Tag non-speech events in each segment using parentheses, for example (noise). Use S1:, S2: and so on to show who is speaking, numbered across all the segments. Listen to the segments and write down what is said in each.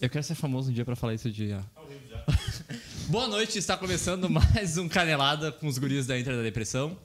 S1: Eu quero ser famoso um dia pra falar isso de. ah. (laughs) Boa noite, está começando mais um Canelada com os guris da Inter da Depressão.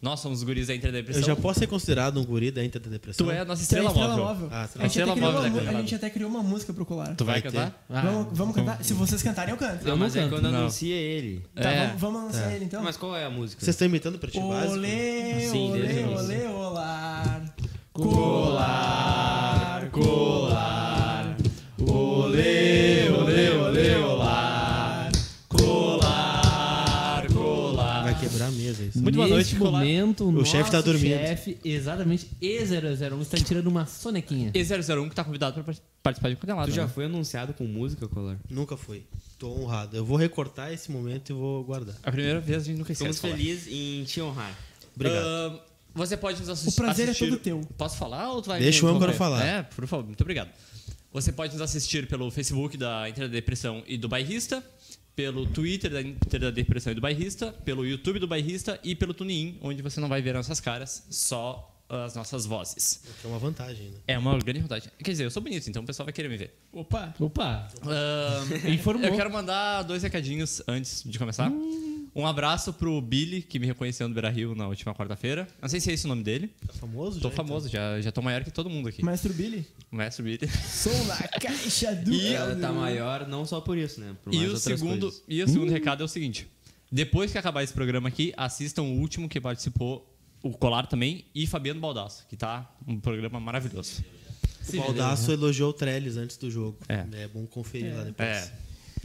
S1: Nós somos os guris da Inter da
S2: Eu
S1: Depressão.
S2: já posso ser considerado um guri da Interdepressão?
S1: Tu é a nossa estrela, móvel.
S2: Ah,
S1: A
S2: tá.
S3: A gente,
S1: estrela
S3: até criou
S1: móvel
S3: uma,
S1: da
S3: mu- a
S1: Canelada.
S3: gente até criou uma música pro Colar.
S2: Tu vai,
S1: Vai
S2: ter?
S1: cantar?
S3: vamos, vamos cantar? Se vocês cantarem, eu canto.
S4: Não,
S1: não
S4: mas é
S1: canto,
S4: quando
S1: um não.
S4: anuncia ele.
S3: Tá,
S1: É.
S3: vamos, vamos lançar ele então.
S4: Mas qual é a música?
S2: Vocês estão imitando pra ti tipo, básico?
S3: Olê,
S4: Sim, desde
S3: olê,
S4: o início.
S3: olê, olar. Colar, colar. Olê, olê, olê, olar. Colar,
S1: Ah.
S3: colar.
S2: Vai quebrar a mesa é isso.
S1: Muito boa
S4: Neste
S1: noite, Colar.
S4: momento,
S2: O
S4: nosso
S2: chefe tá dormindo.
S4: chefe, exatamente, E001, está tá tirando uma sonequinha. Tá
S1: E001 que tá convidado pra par- participar de um Canelada.
S4: Tu já
S1: né?
S4: foi anunciado com música, Colar?
S2: Nunca foi. Tô honrado. Eu vou recortar esse momento e vou guardar.
S1: A primeira vez a gente nunca esquece.
S4: Estamos
S1: Colar.
S4: felizes em te honrar.
S2: Obrigado.
S1: Ahn, você pode nos assistir.
S3: O prazer é todo teu.
S1: Posso falar ou tu vai
S2: Deixa
S1: me
S2: o âncora
S1: interromper?
S2: falar.
S1: É, por favor, muito obrigado. Você pode nos assistir pelo Facebook da Inter da Depressão e do Bairrista, pelo Twitter da Inter da Depressão e do Bairrista, pelo YouTube do Bairrista e pelo TuneIn, onde você não vai ver nossas caras, só ah, as nossas vozes.
S2: Que é uma vantagem, né?
S1: É uma grande vantagem. Quer dizer, eu sou bonito, então o pessoal vai querer me ver.
S3: Opa.
S4: Ah, Opa!
S1: Ahn,
S3: (laughs)
S4: Informou.
S1: Eu quero mandar dois recadinhos antes de começar.
S3: Hum.
S1: Um abraço pro Billy, que me reconheceu no Beira Rio na última quarta-feira. Não sei se é esse o nome dele.
S2: Tá famoso?
S1: Tô
S2: já,
S1: famoso, já, já tô maior que todo mundo aqui.
S3: Maestro Billy,
S1: Mestre Billy.
S3: sou na caixa do.
S4: Ela tá maior não só por isso, né? Por
S1: E
S4: mais
S1: o,
S4: outras
S1: segundo,
S4: coisas.
S1: e o segundo recado é o seguinte: depois que acabar esse programa aqui, assistam o último que participou, o Colar também, e Fabiano Baldasso, que tá um programa maravilhoso.
S2: Então. O Baldasso elogiou o Trellis antes do jogo.
S1: né? É.
S2: É, bom conferir lá depois.
S1: É.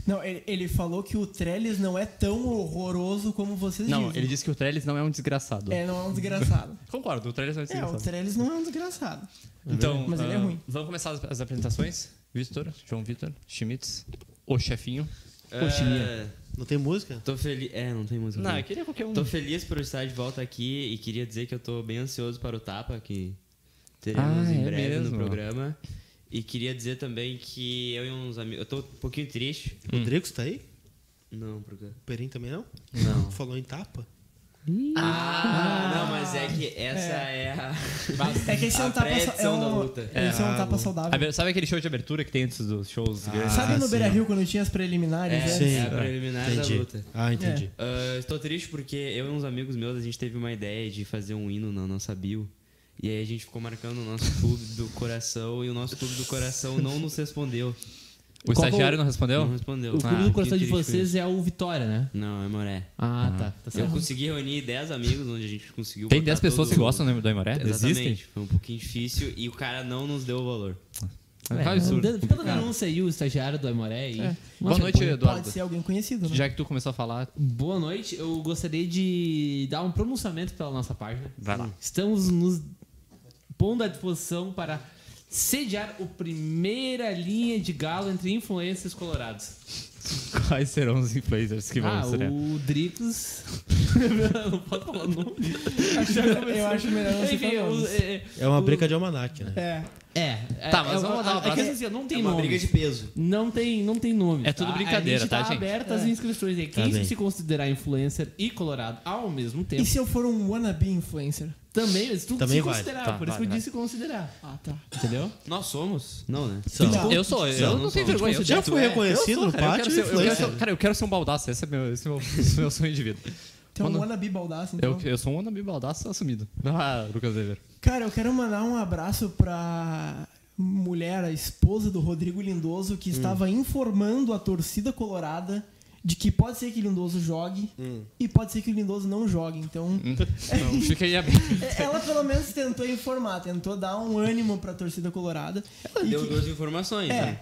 S3: Não, ele, ele falou que o Trellis não é tão horroroso como vocês
S1: Não,
S3: dizem.
S1: ele disse que o Trellis não é um desgraçado.
S3: É, não é um desgraçado.
S1: Concordo, o Trellis não é um
S3: é, o
S1: desgraçado.
S3: Trellis não é um desgraçado.
S1: Então,
S3: Mas ele é
S1: ah,
S3: ruim.
S1: Vamos começar as, as apresentações? Vitor, João Vitor, Schmitz, o chefinho.
S4: É,
S2: Não tem música?
S4: tô feliz. É, não tem música.
S1: Não,
S4: né?
S1: eu queria qualquer um.
S4: Tô feliz por estar de volta aqui e queria dizer que eu tô bem ansioso para o Tapa, que teremos
S1: Ah,
S4: em
S1: é
S4: breve
S1: mesmo?
S4: no programa. E queria dizer também que eu e uns amigos. Eu tô um pouquinho triste.
S1: Hum.
S2: O Dricos tá aí?
S4: Não, porque.
S2: O Perim também não?
S4: Não.
S2: (laughs) Falou em tapa?
S4: Ah, não, mas é que essa é, a.
S3: É que esse é
S4: a
S3: um tapa
S4: pré-edição
S3: saudável. É um,
S4: da luta.
S3: Esse é um
S2: Ah,
S3: tapa
S2: bom.
S3: saudável.
S1: Abre- Sabe aquele show de abertura que tem antes dos shows grandes?
S3: Sabe no
S2: sim.
S3: Beira Rio quando tinha as preliminares?
S4: É,
S3: né?
S2: Sim.
S4: é a preliminar da
S2: Entendi.
S4: luta.
S2: Ah, entendi.
S4: Ah, estou triste porque eu e uns amigos meus, a gente teve uma ideia de fazer um hino na nossa bio. E aí a gente ficou marcando o nosso clube do coração e o nosso clube do coração não nos respondeu.
S1: O
S5: Qual
S1: estagiário
S5: o-
S1: não respondeu?
S4: Não respondeu.
S5: O clube do coração de
S4: fiquei Ah, triste com
S5: vocês é o Vitória, né?
S4: isso. Não, é Moré.
S5: Ah, tá. Tá
S4: Eu
S5: certo.
S4: consegui reunir 10 amigos, onde a gente conseguiu.
S1: Tem
S4: botar
S1: 10 pessoas
S4: todo-
S1: que gostam né, do Aimoré?
S4: Exatamente.
S1: Existem?
S4: Foi um pouquinho difícil e o cara não nos deu o valor.
S1: É,
S5: É,
S1: absurdo.
S5: de- Pela denúncia aí, o estagiário do Aimoré. E...
S1: Boa noite, Eduardo.
S3: Pode ser alguém conhecido, né?
S1: Já que tu começou a falar,
S5: Boa noite. Eu gostaria de dar um pronunciamento pela nossa página.
S1: vai lá.
S5: Estamos nos pondo à disposição para sediar o primeira linha de galo entre influencers colorados.
S1: (laughs) Quais serão os influencers que vão
S5: ah,
S1: estrear?
S5: o
S4: (laughs)
S5: Dricos... não posso falar o nome.
S3: (laughs) eu acho melhor não se
S5: Enfim,
S3: falar.
S5: o-
S3: nomes.
S5: é,
S2: É uma briga de almanac, né?
S3: É.
S5: é, é,
S1: Tá, mas
S5: é
S1: vamos
S5: uma-
S1: dar uma
S5: é que,
S1: abraçada.
S5: assim, eu não
S4: É
S5: tem
S4: uma
S5: nome.
S4: briga de peso.
S5: Não tem, não tem nome.
S1: É tudo brincadeira,
S5: a gente
S1: tá,
S5: tá,
S1: gente?
S5: aberta as
S3: É.
S5: inscrições aí.
S2: Tá
S5: Quem
S2: bem.
S5: se considerar influencer e colorado ao mesmo tempo,
S3: E se eu for um wannabe influencer?
S5: também, se tu
S2: Também
S5: se
S2: vale.
S5: considerar.
S1: Tá,
S5: por isso
S1: vale,
S5: que eu
S1: vale.
S5: disse considerar.
S3: Ah, tá.
S5: Entendeu?
S4: Nós somos? Não, né?
S2: São.
S3: Não.
S1: Eu sou, eu,
S2: Não,
S1: não,
S2: não
S1: tenho
S2: sou. Tipo,
S1: vergonha.
S2: Já
S1: Tu
S2: fui
S1: é?
S2: reconhecido
S1: Então, Eu sou,
S2: no
S1: cara, eu quero
S2: pátio
S1: ser- eu quero
S2: influencer.
S1: ser- Cara, eu quero ser um baldaço, esse é meu, esse é meu, (laughs) esse é meu sonho de vida.
S3: Então,
S1: Quando-
S3: um wannabe baldaço, então.
S1: Eu, eu sou um homem baldaço assumido. Ah, Lucas Weber.
S3: Cara, eu quero mandar um abraço pra mulher, a esposa do Rodrigo Lindoso, que estava informando a torcida colorada de que pode ser que o Lindoso jogue e pode ser que o Lindoso não jogue.
S1: (laughs)
S3: Então,
S1: Hum. Não, fica aí aberto.
S3: ela pelo menos tentou informar, tentou dar um ânimo pra torcida colorada. E
S4: Deu
S3: que-
S4: duas informações,
S3: É,
S4: né?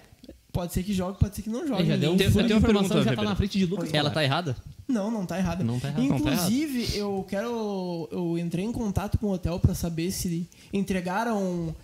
S3: pode ser que jogue, pode ser que não jogue.
S5: Aí (laughs) já deu um
S1: tenho-
S5: furo
S1: eu
S5: de
S1: tenho uma
S5: informação,
S1: pergunta,
S5: já tá
S1: Pedro.
S5: na frente de Lucas.
S1: Ela
S5: Colar.
S1: tá errada?
S3: Não, não tá errado.
S5: Não tá errado.
S1: Não tá errado.
S3: Inclusive, eu quero. Eu entrei em contato com o hotel pra saber se entregaram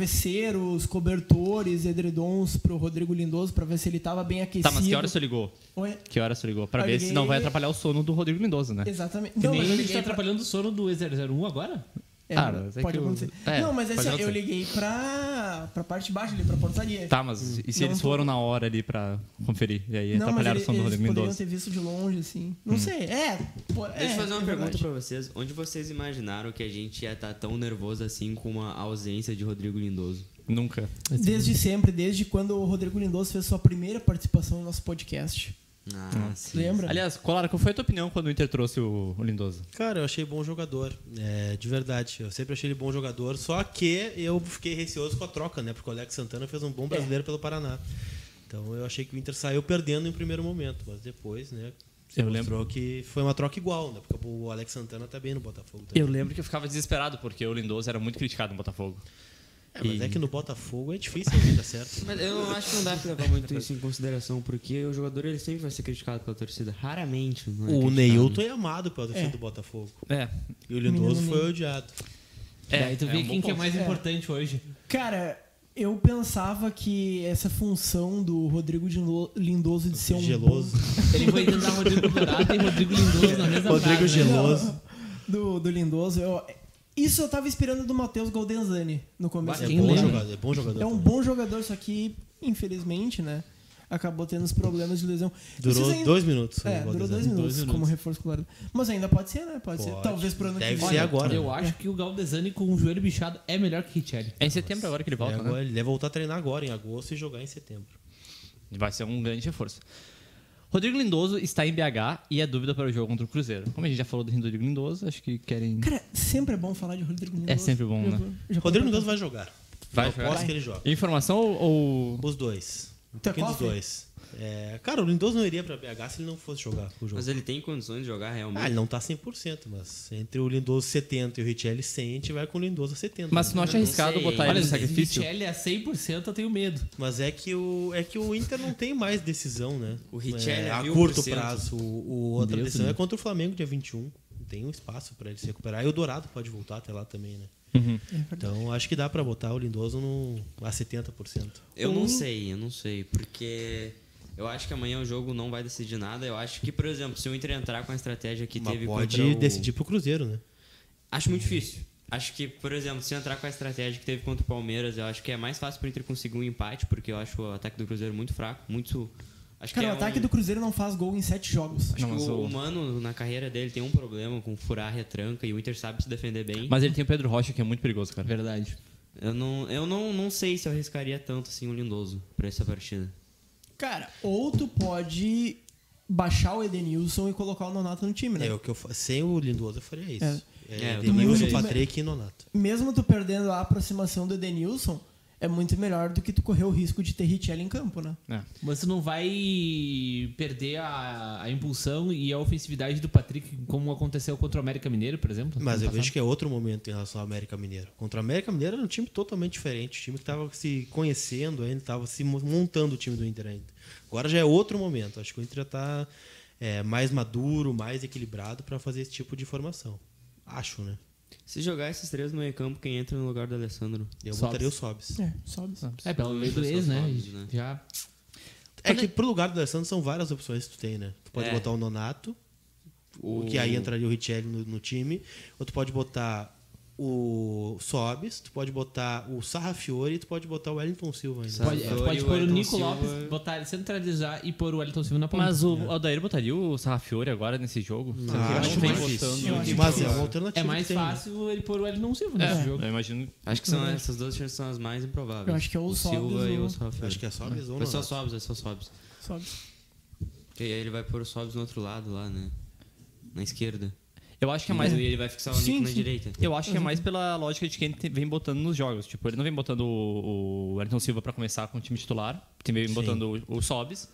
S3: travesseiros, cobertores, edredons pro Rodrigo Lindoso pra ver se ele tava bem aquecido.
S1: Tá, mas que horas tu ligou?
S3: Oi?
S1: Que horas tu ligou? Pra
S3: Eu
S1: ver se
S3: liguei-
S1: não vai atrapalhar o sono do Rodrigo Lindoso, né?
S3: Exatamente.
S5: Que
S3: Não,
S5: nem
S3: mas
S5: a
S3: eu
S5: gente tá
S3: liguei pra...
S5: atrapalhando o sono do E001 agora?
S3: É,
S1: Ah, mas é
S3: pode
S1: que eu-
S3: acontecer.
S1: é,
S3: não, mas é
S1: pode
S3: assim, ó, eu
S1: acontecer.
S3: liguei pra, pra parte de baixo ali, pra portaria.
S1: Tá, mas e se
S3: Hum. Não
S1: eles
S3: tô-
S1: foram na hora ali pra conferir? E aí
S3: Não, mas
S1: atrapalharam
S3: ele,
S1: o sono do
S3: eles
S1: Rodrigo
S3: poderiam
S1: Lindoso? Hum.
S3: ter visto de longe, assim. Não sei, é... pô, é,
S4: Deixa eu fazer uma
S3: é
S4: pergunta
S3: verdade.
S4: pra vocês. tá Onde vocês imaginaram que a gente ia estar tão nervoso assim com uma ausência de Rodrigo Lindoso?
S1: Nunca.
S3: Desde sempre, desde quando o Rodrigo Lindoso fez sua primeira participação no nosso podcast.
S4: Ah, sim.
S3: Lembra?
S1: Aliás, Colara, qual foi a tua opinião quando o Inter trouxe o, o Lindoso?
S2: Cara, eu achei bom jogador. É, de verdade. Eu sempre achei ele bom jogador. Só que eu fiquei receoso com a troca, né? Porque o Alex Santana fez um bom brasileiro pelo Paraná. Então eu achei que o Inter saiu perdendo em primeiro momento, mas depois, né? Você
S1: Eu
S2: mostrou que foi uma troca igual, né? Porque o Alex Santana tá bem no Botafogo também.
S1: Eu lembro que eu ficava desesperado, porque o Lindoso era muito criticado no Botafogo.
S2: É, mas é que no Botafogo é difícil ainda, tá certo?
S4: Mas eu não acho que não dá pra levar muito isso em consideração, porque o jogador ele sempre vai ser criticado pela torcida. Raramente. Não é
S2: O
S4: criticado.
S2: Neilton é amado pela torcida
S3: É.
S2: do Botafogo.
S1: É.
S2: E o Lindoso
S3: Menino
S2: foi odiado.
S1: É,
S5: Daí tu
S1: é
S5: vê
S1: um bom
S5: quem que é
S1: ponto.
S5: mais
S3: É.
S5: importante hoje.
S3: Cara, eu pensava que essa função do Rodrigo de Lo- Lindoso de ser um.
S2: Geloso.
S5: Ele foi tentar Rodrigo Dourado e Rodrigo Lindoso na mesma
S2: Rodrigo
S5: frase, né?
S2: Geloso.
S3: (laughs) Do, do Lindoso. eu- isso eu tava esperando do Matheus Goldenzani no começo.
S2: É
S5: Quem
S3: do
S2: bom
S5: lembra?
S3: ano.
S2: jogador, é bom jogador.
S3: É um
S2: também.
S3: bom jogador, só que, infelizmente, né? Acabou tendo os problemas de lesão.
S2: Durou
S3: Vocês ainda-
S2: dois minutos.
S3: É,
S2: o
S3: durou dois
S2: Valdezano.
S3: minutos, como reforço claro. Mas ainda pode ser, né? Pode, ser.
S2: Pode.
S3: Talvez pro ano
S2: Deve
S3: que
S2: ser
S3: vem.
S1: é
S5: Olha,
S2: agora,
S5: Eu
S2: né?
S5: acho que o Galdesani com o joelho bichado é melhor que Richelli.
S1: É em setembro agora que ele volta,
S2: É,
S1: né?
S2: agora Ele deve voltar a treinar agora, em agosto, e jogar em setembro.
S1: Vai ser um grande reforço. Rodrigo Lindoso está em BH e é dúvida para o jogo contra o Cruzeiro. Como a gente já falou do Rodrigo Lindoso, acho que querem.
S3: Cara, sempre é bom falar de Rodrigo Lindoso.
S1: É sempre bom,
S3: Já-
S1: né?
S3: já-
S2: Rodrigo Lindoso vai jogar.
S1: Vai
S2: eu
S1: jogar?
S2: aposto
S1: Vai.
S2: que ele joga.
S1: Informação ou. ou-
S2: Os dois. Um
S1: Então
S3: Tá
S2: pouquinho dos
S3: cofre?
S2: dois. É, cara, o Lindoso não iria pra BH se ele não fosse jogar o
S1: é
S2: jogo.
S4: Mas ele tem condições de jogar realmente.
S2: Ah, ele não tá 100%, mas entre o Lindoso 70 e o Richelli 100, a gente vai com o Lindoso 70.
S1: Mas tu não acha
S4: não
S1: arriscado
S4: sei.
S1: botar
S4: Olha,
S1: ele no
S4: se
S1: sacrifício?
S5: Richelli é a 100% eu tenho medo.
S2: Mas é que o é que o Inter não tem mais decisão, né?
S4: O Richelli
S2: é,
S4: é
S2: a
S4: 1000%.
S2: curto prazo. O, o outra
S1: Deus
S2: decisão
S1: me
S2: é contra o Flamengo dia 21. Tem um espaço pra ele se recuperar. E o Dourado pode voltar até lá também, né? Então acho que dá pra botar o Lindoso no, a 70%.
S4: Ah, Eu não sei, eu não sei, porque eu acho que amanhã o jogo não vai decidir nada. Eu acho que, por exemplo, se o Inter entrar com a estratégia que
S2: Mas
S4: teve
S2: pode
S4: contra o...
S2: decidir pro Cruzeiro, né?
S4: Acho muito difícil. Acho que, por exemplo, se entrar com a estratégia que teve contra o Palmeiras, eu acho que é mais fácil pro Inter conseguir um empate, porque eu acho o ataque do Cruzeiro muito fraco, muito... Acho
S3: Cara,
S4: que
S3: o
S4: é
S3: ataque
S4: um...
S3: do Cruzeiro não faz gol em sete jogos.
S4: Acho
S1: Não,
S4: que
S1: mas
S4: o,
S1: o-
S4: o Mano, na carreira dele, tem um problema com furar retranca e o Inter sabe se defender bem.
S1: Mas ele tem o Pedro Rocha, que é muito perigoso, cara. Verdade.
S4: Eu, não, eu não, não sei se eu arriscaria tanto assim o Lindoso pra essa partida.
S3: Cara, ou tu pode baixar o Edenilson e colocar o Nonato no time, né?
S2: É o que eu fa- Sem o Lindoso eu faria isso. É,
S4: É, eu também
S2: Denilson,
S4: faria isso.
S2: Patrick e Nonato.
S3: Mesmo tu perdendo a aproximação do Edenilson, é muito melhor do que tu correr o risco de ter Richelli em campo, né?
S1: É.
S5: Mas tu não vai perder a, a impulsão e a ofensividade do Patrick, como aconteceu contra o América Mineiro, por
S2: Mas
S5: exemplo. ano
S2: eu
S5: passado.
S2: vejo que é outro momento em relação ao América Mineiro. Contra o América Mineiro era um time totalmente diferente. Um time que estava se conhecendo ainda, estava se mo- montando o time do Inter ainda. Agora já é outro momento. Acho que o Inter já está mais maduro, mais equilibrado para fazer esse tipo de formação. Acho, né?
S4: Se jogar esses três no meio campo, quem entra no lugar do Alessandro?
S2: Eu
S5: Sobs.
S2: botaria o Sobs.
S3: É, sobe.
S5: É, pelo meio do ex, né? Já.
S2: É que pro lugar do Alessandro são várias opções que tu tem, né? Tu pode
S4: É.
S2: botar o Nonato, o... que aí entraria o Richelli no, no time. Ou tu pode botar o Sobs, tu pode botar o Sarrafiori, tu pode botar o Wellington Silva ainda.
S5: Pode, é,
S4: Sartori,
S5: tu pode
S4: o
S5: pôr o
S4: Ayrton
S5: Nico
S4: Silva.
S5: Lopes, botar ele centralizar e pôr o Elton Silva na ponta.
S1: Mas o Aldair botaria o Sarrafiori agora nesse jogo? Não,
S2: acho
S1: vem
S2: mais
S1: botando.
S3: difícil. Eu acho
S2: Mas é uma alternativa.
S5: é mais
S2: que tem, né?
S5: fácil ele pôr o Elton Silva nesse
S1: É,
S5: jogo.
S1: eu imagino.
S4: Acho que são essas duas chances são as mais improváveis.
S3: Eu acho que é o
S4: o
S3: Sobs
S4: Silva e
S3: ou-
S4: o Sarrafiori.
S2: Acho que é Sobs ou
S4: Foi só
S2: Nonato.
S4: Sobs, é só Sobs.
S3: Sobe.
S4: E aí ele vai pôr o Sobs no outro lado lá, né? Na esquerda.
S1: Eu acho que é
S4: Mas
S1: mais.
S4: ele vai fixar o
S3: Sim,
S4: Nico na
S3: sim.
S4: direita.
S1: Eu acho que é mais pela lógica de quem te- vem botando nos jogos. Tipo, ele não vem botando o, o Ayrton Silva pra começar com o time titular. Tem vem botando o, o Sobs.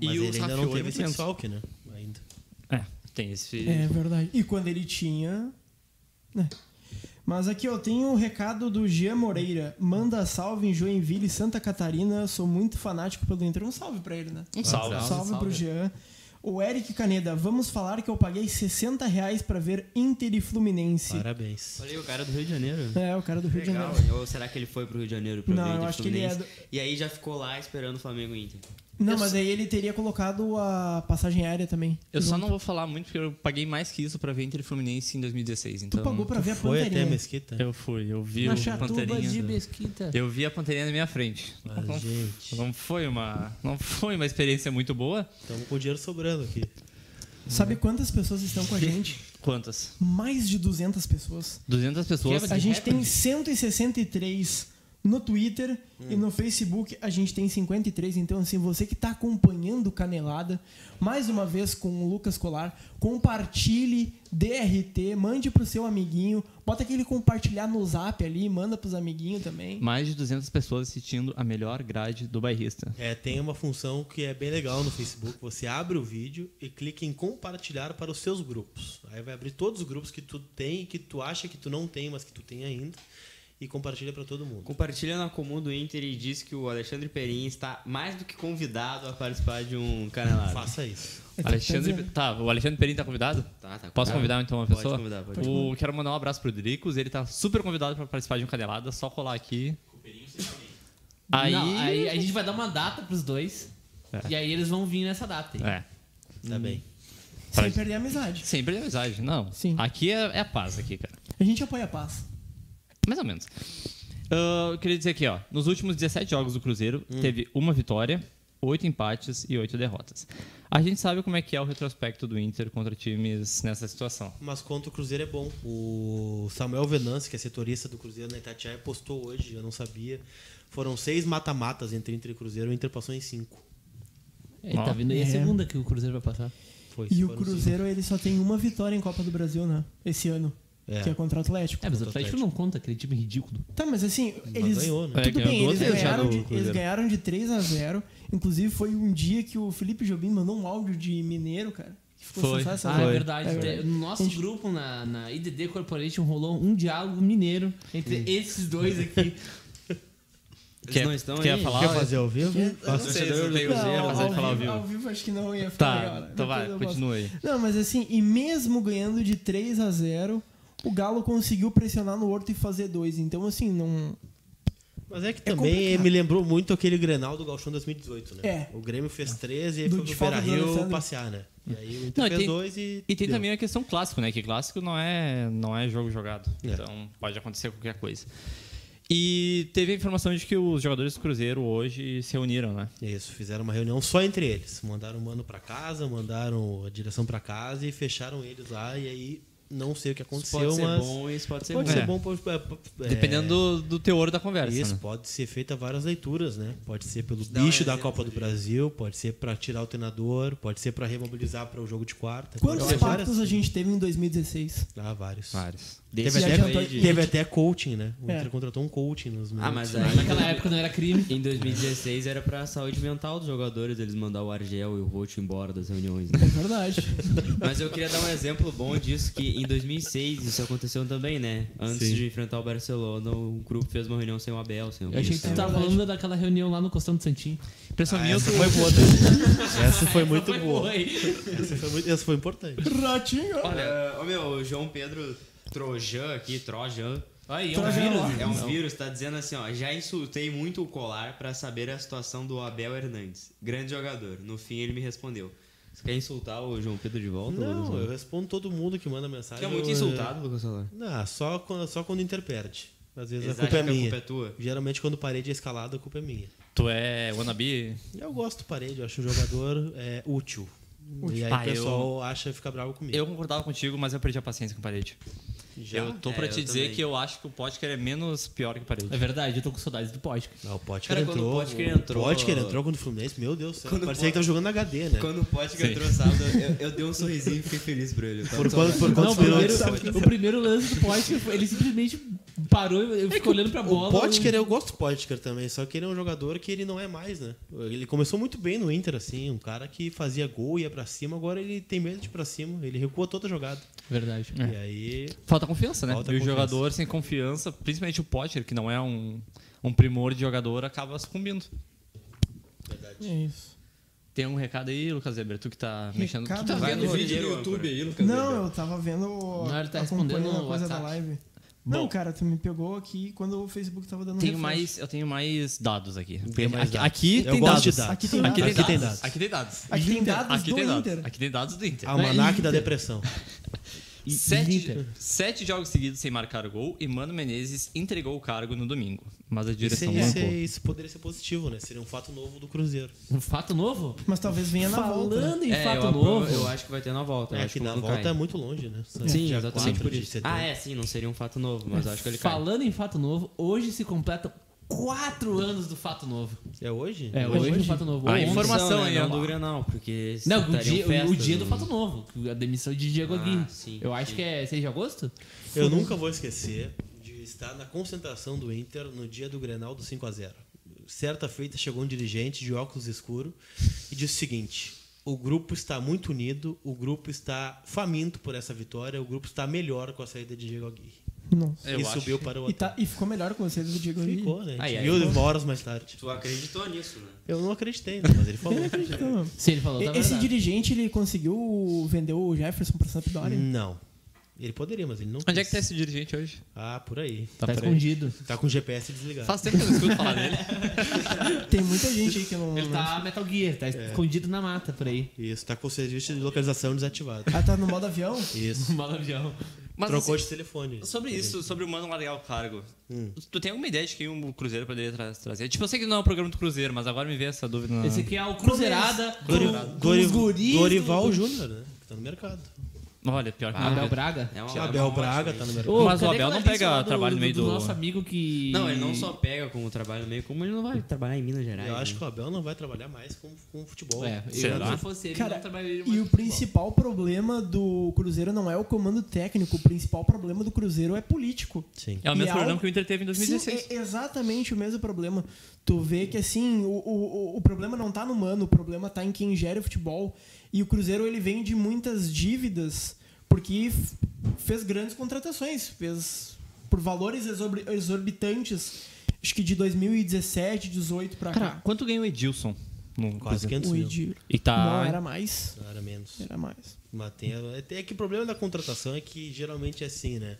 S2: Mas
S1: e o
S2: ele ainda não
S1: Sarrafiori
S2: teve
S1: vem
S2: esse
S1: dentro.
S2: desfalque, né? Ainda.
S1: É, tem esse.
S3: É verdade. E quando ele tinha. né? Mas aqui eu tenho um recado do Jean Moreira. Manda salve em Joinville, Santa Catarina. Sou muito fanático pelo Inter. Um salve pra ele, né?
S1: Um salve.
S3: Um salve, pro Jean. O Eric Caneda, vamos falar que eu paguei 60 reais pra ver Inter e Fluminense.
S2: Parabéns.
S4: Olha aí, o cara do Rio de Janeiro.
S3: É, o cara do Rio de
S4: Legal,
S3: Janeiro.
S4: hein? Ou será que ele foi pro Rio de Janeiro pra
S3: Não,
S4: ver
S3: eu
S4: Inter
S3: acho que ele é
S4: Fluminense? E aí já ficou lá esperando o Flamengo e Inter.
S3: Não, mas aí ele teria colocado a passagem aérea também. Então,
S1: Eu só não vou falar muito porque eu paguei mais que isso pra ver Inter e Fluminense em 2016.
S3: Tu
S1: Então,
S3: pagou pra ver a
S2: Foi até a
S3: panterinha.
S2: Mesquita.
S1: Eu fui, eu vi
S3: Na
S1: o
S3: Chatuba
S1: Panterinha.
S5: de Mesquita.
S1: Eu vi a Panterinha na minha frente.
S2: Mas,
S1: não,
S2: gente.
S1: não foi uma, não foi uma experiência muito boa.
S2: Estamos com o dinheiro sobrando aqui.
S3: Sabe quantas pessoas estão com a gente?
S1: Quantas?
S3: Mais de 200 pessoas.
S1: 200 pessoas.
S5: Quebra
S3: A
S5: de
S3: gente
S5: recorde.
S3: tem 163 No Twitter e no Facebook a gente tem 53, então assim, você que está acompanhando o Canelada, mais uma vez com o Lucas Colar, compartilhe DRT, mande pro seu amiguinho, bota aquele compartilhar no zap ali, manda pros amiguinhos também.
S1: Mais de 200 pessoas assistindo a melhor grade do bairrista.
S2: É, tem uma função que é bem legal no Facebook. Você abre o vídeo e clica em compartilhar para os seus grupos. Aí vai abrir todos os grupos que tu tem e que tu acha que tu não tem, mas que tu tem ainda. E compartilha para todo mundo.
S4: Compartilha na comum do Inter e diz que o Alexandre Perim está mais do que convidado a participar de um canelado.
S2: Faça isso.
S1: Alexandre, tá, o Alexandre Perim tá convidado?
S4: Tá, tá
S1: Posso
S4: convidado.
S1: convidar então uma
S4: Pode
S1: pessoa?
S4: convidar, pode
S1: o, Quero mandar um abraço pro Dricos, ele tá super convidado pra participar de um canelada, só colar aqui. Aí,
S5: Não, aí a gente vai dar uma data pros dois.
S1: É.
S5: E aí eles vão vir nessa data. aí.
S1: É.
S2: Tá bem.
S3: Sem
S1: Faz.
S3: perder a amizade.
S1: Sempre é amizade, não.
S3: Sim.
S1: Aqui é, é a paz aqui, cara.
S3: A gente apoia a paz.
S1: Mais ou menos. Ah, eu queria dizer aqui, ó. Nos últimos 17 jogos do Cruzeiro, teve uma vitória, oito empates e oito derrotas. A gente sabe como é que é o retrospecto do Inter contra times nessa situação.
S2: Mas contra o Cruzeiro é bom. O Samuel Venance, que é setorista do Cruzeiro na Itatiaia, postou hoje, eu não sabia. Foram seis mata-matas entre o Inter e o Cruzeiro, o Inter passou em cinco.
S5: E tá vindo aí
S3: É.
S5: a segunda que o Cruzeiro vai passar. É,
S2: Foi,
S3: E o
S2: foram cinco.
S3: Cruzeiro, ele só tem uma vitória em Copa do Brasil, né? Esse ano.
S2: É.
S3: Que é contra o Atlético.
S5: É, mas o
S2: Contra o Atlético.
S5: Atlético não conta, aquele time ridículo.
S3: Tá, mas assim, eles.
S2: ganhou, né?
S1: É,
S3: Tudo
S1: ganhou
S3: bem,
S1: duas
S3: eles
S1: vezes já
S3: ganharam,
S1: do
S3: de, eles
S1: Cruzeiro.
S3: ganharam de 3 a 0 Inclusive, foi um dia que o Felipe Jobim mandou um áudio de mineiro, cara. Que ficou
S1: Foi.
S5: Ah,
S3: sensacional.
S5: é verdade.
S3: É verdade.
S5: No nosso grupo, na, na IDD Corporation, rolou um diálogo mineiro entre esses dois aqui.
S4: Eles
S1: Quer-
S4: não estão
S1: quer
S4: aí?
S1: falar?
S2: Quer fazer ao vivo?
S1: Não sei, eu tenho
S3: Não,
S1: zero, um mas
S3: ao,
S1: vai falar ao
S3: vivo,
S1: vivo.
S3: ao vivo acho que não ia ficar legal,
S1: Tá,
S3: né?
S1: então vai,
S3: Depois eu posso-
S1: continua aí.
S3: Não, mas assim, e mesmo ganhando de 3 a 0 o Galo conseguiu pressionar no Horto e fazer dois. Então, assim, não.
S2: Mas é que
S3: É
S2: também
S3: complicado.
S2: me lembrou muito aquele Grenal do Gauchão 2018, né?
S3: É.
S2: O Grêmio fez 13 e aí
S3: Do
S2: foi pro
S3: de Hum. falta
S2: Beira
S3: do
S2: Rio
S3: Alessandro.
S2: passear, né? E aí o Inter
S1: Não, e
S2: fez
S1: tem-
S2: dois e.
S1: E tem
S2: deu.
S1: também a questão clássico, né? Que clássico não é, não é jogo jogado.
S2: É.
S1: Então pode acontecer qualquer coisa. E teve a informação de que os jogadores do Cruzeiro hoje se reuniram, né?
S2: Isso, fizeram uma reunião só entre eles. Mandaram o mano pra casa, mandaram a direção pra casa e fecharam eles lá. E aí não sei o que
S4: Isso
S2: aconteceu,
S4: pode ser
S2: mas.
S4: bom e isso pode ser
S2: Pode
S4: ruim.
S1: É.
S2: ser bom. pode- é, é,
S1: Dependendo do, do teor da conversa.
S2: Isso,
S1: né?
S2: pode ser feita várias leituras, né? Pode ser pelo
S4: Dá um
S2: bicho da
S4: exemplo
S2: Copa do
S4: disso.
S2: Brasil, pode ser pra tirar o treinador, pode ser pra remobilizar pra o jogo de quarta.
S3: Quantos
S2: pode ser Então, é várias-
S3: pactos a gente teve em 2016?
S2: Ah, vários.
S1: Vários.
S4: Desse
S3: Teve
S4: jeito
S3: até-
S4: aí de-
S2: Teve até coaching, né? O
S3: É.
S2: Inter contratou um coaching nos
S4: Ah,
S2: minutos.
S4: mas
S5: Mas
S4: aí (laughs)
S5: Naquela época não era crime.
S4: em 2016 era pra saúde mental dos jogadores, eles mandar o Argel e o Roto embora das reuniões, né?
S3: É verdade.
S4: Mas eu queria dar um exemplo bom disso, que em 2006 isso aconteceu também, né? Antes
S2: Sim.
S4: de enfrentar o Barcelona, o grupo fez uma reunião sem o Abel, sem o
S5: Eu achei que
S4: Cristiano.
S2: tá-
S5: tu tava
S3: verdade.
S5: falando Então tá daquela reunião lá no Costão do Santinho.
S4: Ah,
S1: Impressão minha,
S2: essa
S1: tu-
S2: foi boa. essa foi muito
S5: Foi
S2: boa.
S5: aí.
S2: Essa foi, muito, essa foi importante.
S3: Ratinho!
S4: Olha, ô meu, o João Pedro Trojan aqui, Trojan.
S5: Aí, é um
S3: Trojan
S5: vírus.
S3: lá.
S4: É um vírus, tá dizendo assim, ó. Já insultei muito o colar pra saber a situação do Abel Hernandes. Grande jogador. No fim ele me respondeu. Você quer insultar o João Pedro de volta? Lucas
S2: Não,
S4: Colar?
S2: eu né? respondo todo mundo que manda mensagem.
S4: Fica muito
S2: Eu-
S4: insultado, Lucas Solar.
S2: Não, só quando, só quando o Inter perde. Às vezes
S4: Eles
S2: a culpa é
S4: acham que a
S2: minha.
S4: culpa é tua.
S2: Geralmente quando parede é escalada, a culpa é minha.
S1: Tu é wannabe?
S2: Eu gosto do parede, eu acho um jogador é, útil. E aí
S1: Ah,
S2: o pessoal acha fica bravo comigo.
S1: Eu concordava contigo, mas eu perdi a paciência com o parede.
S2: Já?
S1: Eu tô
S4: É,
S1: pra te
S4: eu
S1: dizer
S4: também.
S1: que eu acho que o Potker é menos pior que o parede.
S5: É verdade, eu tô com saudades do Pódio.
S2: Não, o Potker
S4: Cara, quando
S2: entrou.
S4: o Potker entrou-
S2: O Potker entrou quando o Fluminense, meu Deus do céu.
S4: Quando o
S2: Parecia que tava jogando na HD, né?
S4: Quando o Potker entrou sábado, eu, eu dei um sorrisinho e fiquei feliz por ele. Tá Eu tava
S2: Por,
S4: só-
S2: quando, por
S5: Não, o
S2: quantos minutos?
S5: primeiro, o primeiro lance do Pódio, ele simplesmente parou, eu fico olhando pra bola.
S2: O Potker, eu gosto do Potker também, só que ele é um jogador que ele não é mais, né? Ele começou muito bem no Inter, assim, um cara que fazia gol, ia pra cima, agora ele tem medo de ir pra cima, ele recua toda a jogada.
S5: Verdade.
S1: É.
S2: E aí,
S1: Falta confiança, né?
S2: Falta
S1: e o
S2: confiança.
S1: jogador sem confiança, principalmente o Potker, que não é um, um primor de jogador, acaba sucumbindo.
S3: É isso.
S1: Tem um recado aí, Lucas Weber, tu que tá mexendo. Tu
S3: Recado?
S1: tá
S3: Vai
S1: vendo
S3: no
S1: o
S4: vídeo
S1: vídeo?
S4: do YouTube aí, Lucas.
S3: Não, eu tava vendo.
S5: Não, ele
S3: acompanhando
S5: tá respondendo no
S3: a coisa
S5: WhatsApp.
S3: da live.
S1: Bom.
S3: Não, cara, tu me pegou aqui quando o Facebook tava dando
S1: Tenho
S3: refresh.
S1: mais, eu tenho mais dados aqui.
S2: Tem mais
S1: aqui,
S2: dados.
S1: aqui
S2: Eu
S1: tem
S2: gosto
S1: dados.
S2: de dados.
S3: Aqui tem
S1: Aqui tem
S3: dados.
S2: Aqui
S1: dados.
S2: tem dados.
S1: Aqui tem dados.
S3: Aqui tem dados
S1: Aqui
S3: do
S1: tem dados.
S3: Inter.
S1: Aqui tem dados do É. Inter.
S2: almanac da depressão.
S1: Sete,
S5: Inter.
S1: sete jogos seguidos sem marcar gol e Mano Menezes entregou o cargo no domingo. Mas a
S2: Isso,
S1: direção
S2: é- isso, é-
S1: bancou.
S2: isso poderia ser positivo, né? Seria um fato novo do Cruzeiro.
S5: Um fato novo?
S3: Mas talvez venha na volta. né?
S5: Falando em
S4: É,
S5: fato
S4: eu, aprova-
S5: novo.
S4: eu acho que vai ter na volta. eu
S2: é
S4: acho
S2: que na
S4: não
S2: volta
S4: cai.
S2: é muito longe, né?
S4: Sim,
S2: Dia
S4: exatamente
S1: Ah,
S2: 4
S1: é?
S4: por
S2: de
S4: isso.
S2: setembro.
S4: Ah, é, sim, não seria um fato novo, mas eu acho que ele cai.
S5: Falando em fato novo, hoje se completam quatro anos do fato novo.
S2: É hoje?
S5: É, hoje,
S3: hoje?
S5: o fato novo.
S1: Ah,
S5: Ou ontem.
S1: informa- Informação
S4: né?
S1: aí,
S4: não
S1: ó.
S4: do Granal, porque
S5: Não, o
S4: estariam
S5: dia, o
S4: festas
S5: dia do
S4: no-
S5: fato novo. é A demissão de Diego
S4: Ah,
S5: Aguirre.
S4: sim,
S5: Eu acho
S4: sim.
S5: que é 6 de agosto?
S2: Eu nunca vou esquecer de estar na concentração do Inter no dia do Grenal do 5x0. Certa feita chegou um dirigente de óculos escuro e disse o seguinte: o grupo está muito unido, o grupo está faminto por essa vitória, o grupo está melhor com a saída de Diego Aguirre.
S3: Nossa.
S1: Eu
S2: e
S1: acho
S2: subiu
S1: que-
S2: para o
S3: E, tá-
S2: hotel.
S3: e ficou melhor com vocês do Diego Aguirre?
S2: Ficou, né? A
S4: Aí,
S2: gente
S4: aí,
S2: viu horas mais tarde.
S4: Tu acreditou nisso, né?
S2: Eu não acreditei, né? mas ele falou.
S3: (laughs) Então,
S5: Sim, ele falou. Tá
S3: e- esse
S5: verdade.
S3: dirigente, ele conseguiu vender o Jefferson pra Sampdoria?
S2: não. Ele poderia, mas ele não.
S1: Onde é que tá
S2: quis.
S1: esse dirigente hoje?
S2: Ah, por aí.
S5: Tá,
S1: Tá por aí.
S5: escondido.
S2: Tá com o GPS
S1: (laughs)
S2: desligado.
S1: Faz tempo que eu não escuto falar dele.
S3: Tem muita gente aí que não...
S5: (laughs) Ele tá Metal Gear, tá escondido na mata por aí. (laughs)
S2: Isso, tá com o serviço de localização desativado.
S3: Ah, tá no modo avião?
S2: Isso.
S5: Um Malavião.
S1: Mas,
S2: Trocou
S1: assim,
S2: de telefone.
S1: sobre isso, sobre o Mano largar o cargo, tu tem alguma ideia de quem o Cruzeiro poderia tra- trazer? Tipo, eu sei que não é um programa do Cruzeiro, mas agora me veio essa dúvida. na-
S5: Esse aqui é o Cruzeirada.
S2: Dori-
S5: com- com
S2: Dori-
S5: os guris do-
S2: Dorival Júnior, né? Que tá no mercado.
S1: Olha, pior que não.
S5: Abel Braga.
S4: É uma- é
S2: Abel
S4: uma
S2: Braga
S4: ótima
S2: tá no mercado.
S5: Ô,
S1: Mas o
S5: cadê
S1: Abel
S5: aquela
S1: não
S5: notícia
S1: pega
S5: lá
S1: trabalho no meio do-
S5: nosso amigo que.
S4: Não, ele não só pega com o trabalho meio, como ele não vai trabalhar em Minas Gerais.
S2: Eu acho
S4: né?
S2: que o Abel não vai trabalhar mais com, com futebol.
S5: É, eu,
S1: Será?
S5: se
S2: Ah.
S5: eu fosse ele,
S3: Cara,
S5: não trabalharia mais
S3: e o
S5: no futebol.
S3: principal problema do Cruzeiro não é o comando técnico, o principal problema do Cruzeiro é político.
S2: Sim.
S1: É o
S3: E
S1: mesmo
S3: é
S1: programa
S3: algo-
S1: que o Inter teve em 2016.
S3: Sim, é exatamente o mesmo problema. Tu vê que assim, o, o, o- o problema não tá no mano, o problema tá em quem gera o futebol. E o Cruzeiro ele vem de muitas dívidas porque f- fez grandes contratações, fez por valores exorbi- exorbitantes. Acho que de 2017, 18 pra
S1: Cara,
S3: cá.
S1: quanto ganhou o Edilson? No
S2: Quase
S1: Cruzeiro?
S2: 500
S3: O
S2: mil.
S3: Edil-
S1: E tá.
S3: Não, era mais.
S2: Não, Era menos.
S3: Era mais.
S2: Mas tem, é, é que o problema da contratação é que geralmente é assim, né?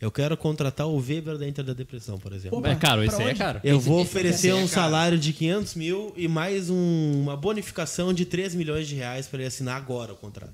S2: Eu quero contratar o Weber da Inter da Depressão, por exemplo.
S3: Opa,
S1: É caro,
S3: pra
S1: esse assim, aí é
S3: onde?
S1: caro.
S2: Eu
S5: esse-
S2: vou
S5: esse
S2: oferecer
S5: é
S2: um
S5: caro.
S2: salário de 500 mil e mais um- uma bonificação de 3 milhões de reais para ele assinar agora o contrato.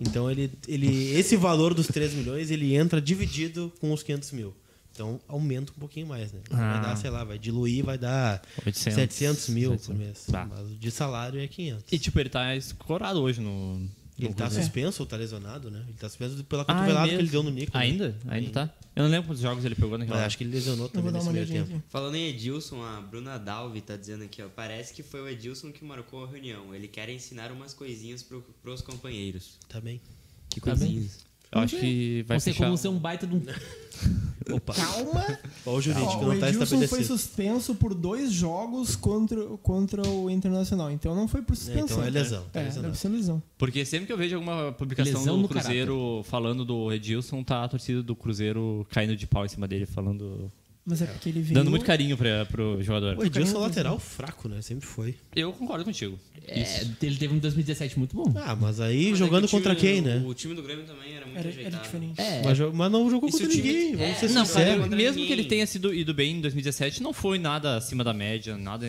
S2: Então, ele, ele, esse valor dos 3 milhões, ele entra dividido com os 500 mil. Então, aumenta um pouquinho mais, né? Vai
S1: Ah.
S2: dar, sei lá, vai diluir, vai dar
S1: 800.
S2: 700 mil por mês.
S1: Tá.
S2: Mas de salário é 500.
S1: E tipo, ele tá escorado hoje no. no
S2: Ele tá
S1: Cruzeiro.
S2: suspenso ou tá lesionado, né? Ele tá suspenso pela
S1: Ah, é
S2: cotovelada que
S1: mesmo?
S2: ele deu no Nico. né?
S1: Ainda? Tá. Ainda tá? Eu não lembro quantos jogos ele pegou naquela.
S2: Mas acho que ele lesionou
S3: Eu
S2: também
S3: vou dar
S2: nesse
S3: uma
S2: meio
S3: olhadinha
S2: tempo.
S3: aqui.
S4: Falando em Edilson, a Bruna Dalvi tá dizendo aqui, ó. Parece que foi o Edilson que marcou a reunião. Ele quer ensinar umas coisinhas pro, pros companheiros.
S2: Tá bem.
S4: Que
S5: Tá bem.
S4: coisinhas.
S1: Eu acho que vai
S5: Não sei
S1: fechar.
S5: como ser um baita de um.
S2: Opa.
S3: Calma!
S2: Olha o jurídico,
S3: Ó,
S2: não
S3: o
S2: tá
S3: Edilson
S2: estabelecido.
S3: foi suspenso por dois jogos contra, contra o Internacional. Então não foi por suspensão.
S2: então é lesão, tá
S3: é,
S2: lesionado.
S1: né?
S3: deve ser lesão.
S1: Porque sempre que eu vejo alguma publicação
S5: Lesão
S1: do
S5: no
S1: Cruzeiro falando do Edilson, tá a torcida do Cruzeiro caindo de pau em cima dele, falando.
S3: Mas é porque ele veio...
S1: Dando muito carinho pra, pro jogador.
S2: O Edilson é um lateral fraco, né? Sempre foi.
S1: Eu concordo contigo.
S5: É, ele teve um 2017 muito bom.
S2: Ah, mas aí
S4: Mas é
S2: jogando
S4: que o time-
S2: contra quem, né?
S4: O time do Grêmio também era muito
S3: Era, era
S4: ajeitado.
S3: diferente.
S5: É,
S2: Mas, jo- mas não jogou
S4: E se
S2: contra
S4: o time-
S2: ninguém, vamos
S4: é,
S2: ser
S4: não, mas
S2: sinceros.
S4: eu- contra
S1: mesmo
S4: ninguém.
S1: que ele tenha sido ido bem em 2017, não foi nada acima da média, nada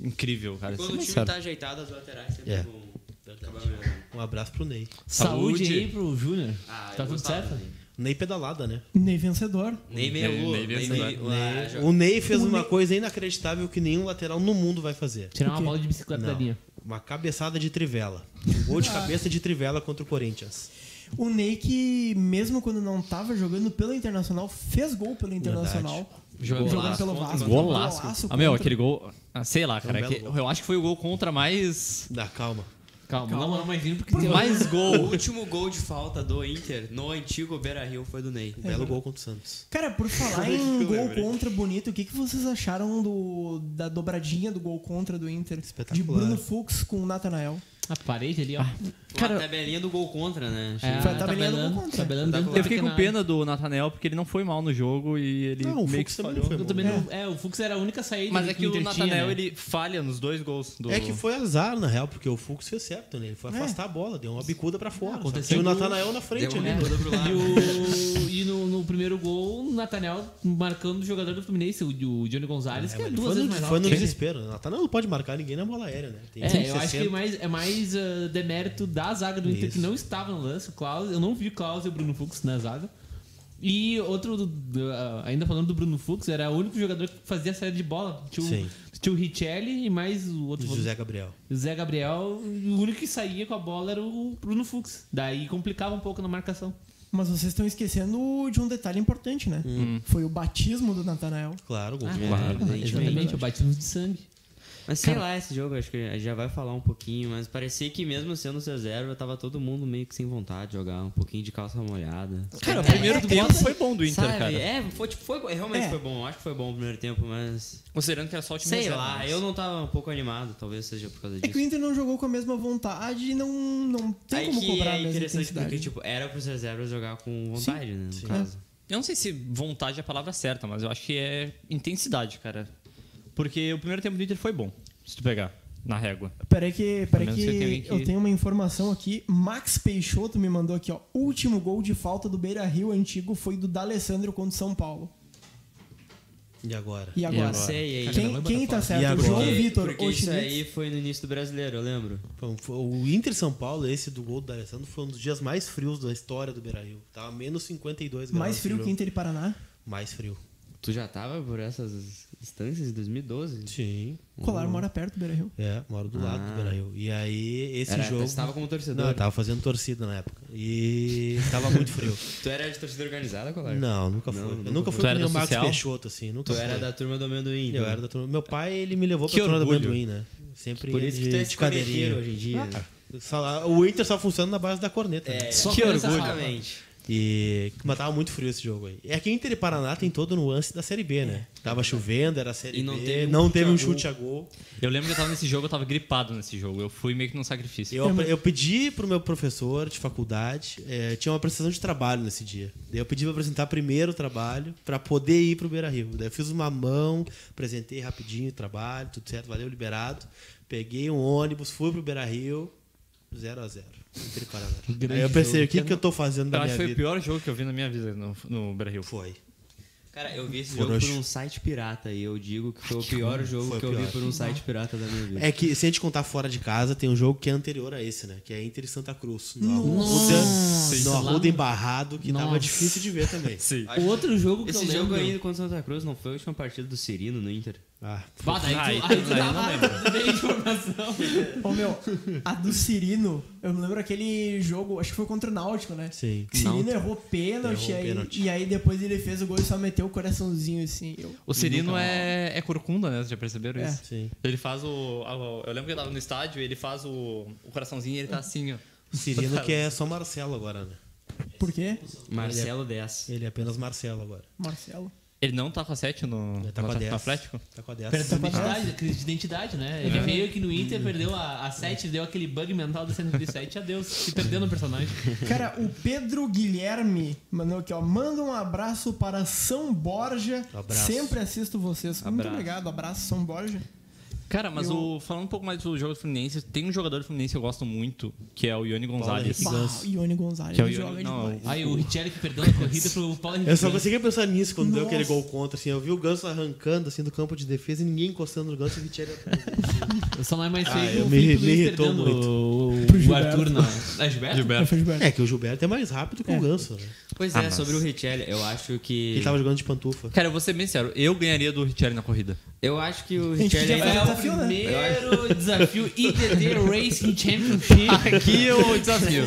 S1: incrível, cara.
S4: Quando
S1: Isso é
S4: o time
S1: bem sério.
S4: tá ajeitado, as laterais sempre
S2: É.
S4: vão acabar melhorando.
S2: Um abraço pro Ney.
S5: saúde,
S1: Saúde.
S5: aí pro Júnior.
S4: Ah, eu
S5: tá tudo
S4: gostava
S5: certo?
S4: dele.
S2: Ney pedalada, né?
S3: Nem vencedor.
S1: Nem-
S4: Nem meio lua,
S1: nem
S4: nem
S1: meio
S4: meio
S1: lua.
S4: Ah,
S2: O
S4: jo-
S2: Ney fez
S3: O
S2: uma
S3: Ney-
S2: coisa inacreditável que nenhum lateral no mundo vai fazer.
S5: Tirar
S3: O
S5: uma
S3: quê?
S5: bola de bicicleta da
S2: Não.
S5: linha.
S2: Uma cabeçada de trivela. Um gol de
S4: Ah.
S2: cabeça de trivela contra o Corinthians.
S3: O Ney que, mesmo quando não tava jogando pelo Internacional, fez gol pelo Internacional.
S1: Jogando
S3: Jogando
S4: Golaço
S3: pelo
S4: contra-
S3: Vasco.
S1: Golaço. Ah, meu,
S3: contra-
S1: aquele gol. ah, sei lá, cara.
S2: um belo
S1: que-
S2: gol.
S1: eu acho que foi o gol contra mais.
S2: Dá calma.
S5: Calma, não, não, mas vindo porque tem
S1: Mais
S4: O
S2: (laughs)
S1: gol.
S4: último gol de falta do Inter no antigo Beira-Rio foi do Ney.
S2: Um Belo gol contra o Santos.
S3: Cara,
S1: (laughs)
S3: por
S1: é
S3: falar em gol contra bonito, o que, que vocês acharam do, da dobradinha do gol contra do Inter? De
S2: Espetacular.
S3: Bruno Fux com o Natanael.
S5: a parede ali, ó.
S4: Cara, a tabelinha do gol contra, né?
S5: É,
S3: Foi a tabelinha do gol contra.
S5: tabelando dentro da
S1: Eu fiquei com
S5: pequena área.
S1: pena do Nathanael porque ele não foi mal no jogo e ele
S2: Não, o
S1: meio
S2: Fux
S1: que
S2: também
S1: falhou.
S2: não foi
S5: Eu
S2: bom.
S5: também não. É, o Fux era a única saída
S1: Mas é que o
S5: Inter tinha,
S1: Nathanael
S5: né?
S1: ele falha nos dois gols do.
S2: É que foi azar, na real, porque o Fux fez certo, né? Ele foi
S3: É.
S2: afastar a bola, deu uma bicuda pra fora. só que
S5: aconteceu
S2: Tinha o
S5: do-
S2: Natanael na frente
S4: Deu um uma
S2: ali. né?
S4: bicuda pro lado.
S5: (laughs) E, o- e no, no primeiro gol, o Nathaniel marcando o jogador do Fluminense, o, o Johnny Gonzalez, que é
S2: Mas
S5: duas
S2: foi
S5: vezes
S2: no,
S5: mais
S2: foi
S5: alto
S2: no
S5: que ele.
S2: desespero. né? O Natanael não pode marcar ninguém na bola aérea, né? Tem
S5: É, eu acho
S2: 160.
S5: que mais, é mais ah, demérito da zaga do Inter
S2: Isso.
S5: que não estava no lance. O Klaus, eu não vi o Klaus e o Bruno Fux na zaga. E outro, do- do- ah, ainda falando do Bruno Fux, era o único jogador que fazia saída de bola. Tinha
S2: Sim.
S5: o, tinha o Richelli e mais o outro.
S2: José Gabriel.
S5: O Zé Gabriel, e o único que saía com a bola era o Bruno Fux. Daí complicava um pouco na marcação.
S3: Mas vocês estão esquecendo de um detalhe importante, né?
S1: Hum.
S3: Foi o batismo do Natanael.
S2: Claro, gol.
S4: É,
S5: Ah, exatamente, o batismo de sangue.
S4: Mas sei lá, esse jogo, acho que a gente já vai falar um pouquinho, mas parecia que mesmo sendo C0, tava todo mundo meio que sem vontade de jogar, um pouquinho de calça molhada.
S1: Cara, o primeiro
S3: é,
S1: tempo
S3: é,
S1: foi bom do Inter,
S4: Sabe?
S1: cara.
S4: É, foi, tipo, foi, realmente
S3: É.
S4: foi bom, eu acho que foi bom o primeiro tempo, mas.
S1: Considerando que era só o time
S4: Sei
S1: reserva,
S4: lá,
S1: mas-
S4: eu não tava um pouco animado, talvez seja por causa
S3: É que o
S4: disso.
S3: Inter não jogou com a mesma vontade e não, não tem
S4: Aí
S3: como
S4: que
S3: cobrar a
S4: é
S3: mesma
S4: interessante
S3: intensidade. né?
S4: porque, tipo, era pro C0 jogar com vontade, né? No caso.
S1: Eu não sei se vontade é a palavra certa, mas eu acho que é intensidade, cara. Porque o primeiro tempo do Inter foi bom, se tu pegar na régua.
S3: Peraí que, peraí
S1: menos
S3: que,
S1: você tem alguém que-
S3: eu tenho uma informação aqui. Max Peixoto me mandou aqui, ó. Último gol de falta do Beira Rio antigo foi do D'Alessandro contra o São Paulo.
S2: E agora?
S3: E agora?
S4: Sei, aí.
S3: Quem, quem tá
S2: E
S3: certo? O
S2: agora?
S3: João
S4: Porque-
S3: Vitor
S4: porque isso aí
S3: Oshivitz.
S4: foi no início do brasileiro, eu lembro.
S2: Bom, foi- O Inter São Paulo, esse do gol do Alessandro, foi um dos dias mais frios da história do Beira-Rio. Tava menos 52 graus.
S3: Mais frio que Inter e Paraná.
S2: Mais frio.
S4: Tu já tava por essas instâncias em 2012?
S2: Sim.
S3: Colar mora perto do Beira Rio.
S2: É, moro do lado do
S4: Ah.
S2: Beira-Rio. E aí, esse
S4: Era,
S2: jogo...
S4: Tu tava como torcedor. né?
S2: Não, eu tava fazendo torcida na época. E tava muito frio.
S4: Tu era de torcida organizada, Colar?
S2: Não, nunca fui.
S4: Não,
S2: eu
S4: nunca
S2: nunca,
S1: foi.
S2: fui
S1: Tu
S2: que
S1: era
S2: nem
S1: da
S2: o Max
S1: social?
S2: Peixoto, assim. Nunca
S4: Tu
S2: fui.
S4: era da turma do amendoim.
S2: Eu
S4: então.
S2: era da turma. Meu pai, ele me levou
S1: Que
S2: pra turma do
S1: orgulho.
S2: amendoim, né? Sempre
S4: Por isso
S2: ele
S4: que tu é
S2: de
S4: esse corneteiro
S2: cadeirinha.
S4: hoje em dia.
S2: Só lá- o Inter só funciona na base da corneta. né?
S4: É,
S5: Só
S4: que
S5: por essa
S4: orgulho.
S5: raiva.
S4: Exatamente.
S2: E mas tava muito frio esse jogo aí. É que Inter e Paraná tem todo o nuance da Série B, né? Tava chovendo, era a Série
S4: É. E não
S2: B,
S4: teve um
S2: não
S4: chute
S2: teve
S4: a
S2: um
S4: gol.
S2: chute a gol.
S1: Eu lembro que eu tava nesse jogo, eu tava gripado nesse jogo. Eu fui meio que num sacrifício.
S2: Eu, eu pedi pro meu professor de faculdade, eh, tinha uma apresentação de trabalho nesse dia. Daí eu pedi pra apresentar primeiro o trabalho, pra poder ir pro Beira Rio. Daí eu fiz uma mão, apresentei rapidinho o trabalho, tudo certo, valeu, liberado. Peguei um ônibus, fui pro Beira Rio, 0x0. Inter e Paraná.
S5: Grande
S2: Aí eu pensei,
S5: jogo.
S2: o que, que eu tô fazendo
S1: Eu
S2: da
S1: acho que
S2: minha
S1: foi
S2: vida?
S1: o pior jogo que eu vi na minha vida no, no Brasil.
S2: Foi.
S4: Cara, eu vi esse
S2: Foram
S4: jogo por
S2: os-
S4: um site pirata e eu digo que foi o pior jogo
S2: Foi
S4: que
S2: o
S4: eu vi
S2: pior.
S4: por um site pirata da minha vida.
S2: É que se a gente contar fora de casa, tem um jogo que é anterior a esse, né? Que é Inter e Santa Cruz. No Arruda, no Arruda embarrado, que tava
S5: Nossa.
S2: difícil de ver também.
S1: Sim.
S5: O outro jogo que
S4: Esse
S5: eu lembro...
S4: jogo aí contra o Santa Cruz não foi a última partida do Cirino no Inter?
S2: Ah,
S5: Bah, daí
S1: Ai,
S5: tu, aí tu
S1: daí eu
S5: tava-
S1: não lembro.
S5: tu tem informação.
S3: Ô meu, a do Cirino, eu me lembro aquele jogo, acho que foi contra o Náutico, né?
S2: sim.
S3: O Cirino
S4: Náutico.
S3: errou pênalti,
S2: Errou
S3: aí,
S2: pênalti.
S3: e aí depois ele fez o gol e só meteu o coraçãozinho assim. Eu,
S1: O Cirino é, é corcunda, né? Vocês já perceberam
S3: É.
S1: isso?
S2: Sim.
S1: Ele faz o. a- o- Eu lembro que eu tava no estádio ele faz o, o coraçãozinho e ele tá assim, ó.
S2: O Cirino que é só Marcelo agora, né?
S3: por quê?
S4: Marcelo 10.
S2: Ele é apenas Marcelo agora.
S3: Marcelo.
S1: Ele não tá com a 7 no,
S2: Ele tá
S1: no
S2: com a
S1: Atlético-
S2: 10.
S1: no Atlético?
S2: Tá com a 10.
S5: Perdeu
S3: pra
S5: identidade, crise de identidade, né? Ele veio aqui no Inter, perdeu a, a 7, deu aquele bug mental da 137, adeus, se perdeu no personagem.
S3: Cara, o Pedro Guilherme mandou aqui, ó. Manda um abraço para São Borja.
S2: Abraço.
S3: Sempre assisto vocês. Muito
S4: Abraço.
S3: obrigado. Abraço, São Borja.
S1: Cara, mas
S3: Eu-
S1: o, falando um pouco mais do jogo do Fluminense, tem um jogador do Fluminense que eu gosto muito, que é o Ione Gonzalez.
S2: Henrique.
S3: Bah,
S2: Ganso.
S3: Ione Gonzalez
S1: Que é o
S3: joga
S1: Ione, não,
S3: demais.
S5: Aí o Richelli que perdeu na corrida pro Paulo Henrique.
S2: Eu só
S5: Ganso.
S2: conseguia pensar nisso quando deu aquele
S3: Nossa.
S2: gol contra, assim. Eu vi o Ganso arrancando, assim, do campo de defesa e ninguém encostando no Ganso e o Richelli atrás.
S5: Eu só não é mais
S2: Ah,
S5: feio
S2: eu
S5: o
S2: me-
S5: Felipe
S2: me
S5: Luiz
S2: irritou
S5: perdendo
S2: muito.
S5: o-
S3: Pro
S5: O,
S3: Gilberto.
S5: Arthur na... na Gilberto?
S3: É,
S1: Gilberto.
S3: foi Gilberto.
S2: É que o Gilberto é mais rápido que o Ganso, né?
S4: Pois
S1: Ah,
S4: é,
S1: mas-
S4: sobre o Richelli, eu acho que.
S2: Ele tava jogando de pantufa.
S1: Cara, eu vou ser bem sério, eu ganharia do Richelli na corrida.
S4: Eu acho que o
S3: gente podia
S4: Richelli
S3: fazer
S4: é
S3: um desafio, né?
S5: Primeiro desafio ITT Racing Championship.
S1: Aqui o desafio.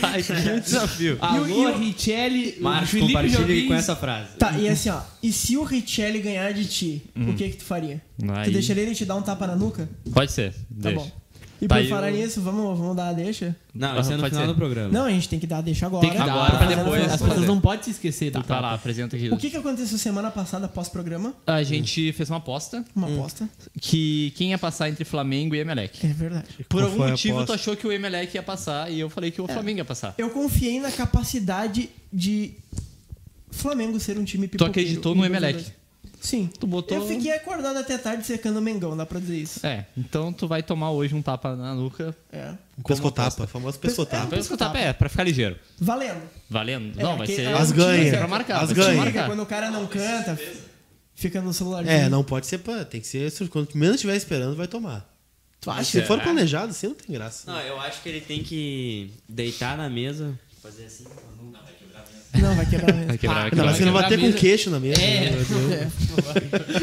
S1: tá, aqui o desafio.
S5: Alô, Richelli,
S4: Marcos,
S5: Felipe
S4: compartilhe
S5: Jobim.
S4: com essa frase.
S3: Tá, e assim, ó. E se o Richelli ganhar de ti, o que que tu faria?
S1: Uhum. Aí-
S3: Tu deixaria ele te dar um tapa na nuca?
S1: Pode ser,
S3: Tá
S1: deixa.
S3: bom. E
S1: Tá,
S3: por
S1: eu-
S3: falar nisso, vamos, vamos dar a deixa?
S4: Não,
S1: Ah,
S4: isso é no
S1: pode
S4: final
S1: ser.
S4: do programa.
S3: Não, a gente tem que dar a deixa agora. Tá
S1: Tem que dar,
S5: Agora,
S1: pra
S5: as
S1: depois
S5: pessoas- As
S1: fazer.
S5: pessoas não podem se esquecer do
S1: Tá, vai lá,
S5: tapa.
S1: apresenta aqui.
S3: O que, que aconteceu semana passada após o programa?
S1: A gente fez uma aposta
S3: Uma aposta.
S1: que quem ia passar entre Flamengo e Emelec.
S3: É verdade.
S1: Por
S2: Qual
S1: algum
S2: foi a
S1: motivo, tu
S2: aposta?
S1: achou que o Emelec ia passar e eu falei que o Flamengo ia passar.
S3: Eu confiei na capacidade de Flamengo ser um time
S1: Tu
S3: pipoqueiro.
S1: acreditou no
S3: Em dois
S1: Emelec.
S3: dois. Sim.
S1: Tu botou...
S3: Eu fiquei acordado até tarde secando o Mengão, dá pra dizer isso.
S1: É, então tu vai tomar hoje um tapa na nuca.
S3: É.
S2: Um pescotapa, famoso pescotapa.
S1: Pra escutar pé, é pra ficar ligeiro.
S3: Valendo.
S1: Valendo.
S3: É,
S1: não, vai
S3: que-
S1: ser...
S3: é,
S2: As ganha.
S1: Pra marcar,
S2: As
S1: um vai te
S2: ganha.
S1: marcar.
S3: Quando o cara não canta, fica no celular.
S2: É, não pode ser, pá, tem que ser. sur- Quando menos estiver esperando, vai tomar.
S3: Tu
S2: Ah,
S3: acha?
S2: se for planejado, assim não tem graça.
S4: Não, eu acho que ele tem que deitar na mesa. Fazer assim.
S3: Não, vai quebrar
S1: (laughs)
S3: mesmo.
S1: Vai quebrar, vai quebrar,
S2: Não, mas é
S1: vai
S2: você não
S1: quebrar.
S2: vai ter
S5: Camisa-
S2: com queixo na mesa.
S5: É.
S2: né?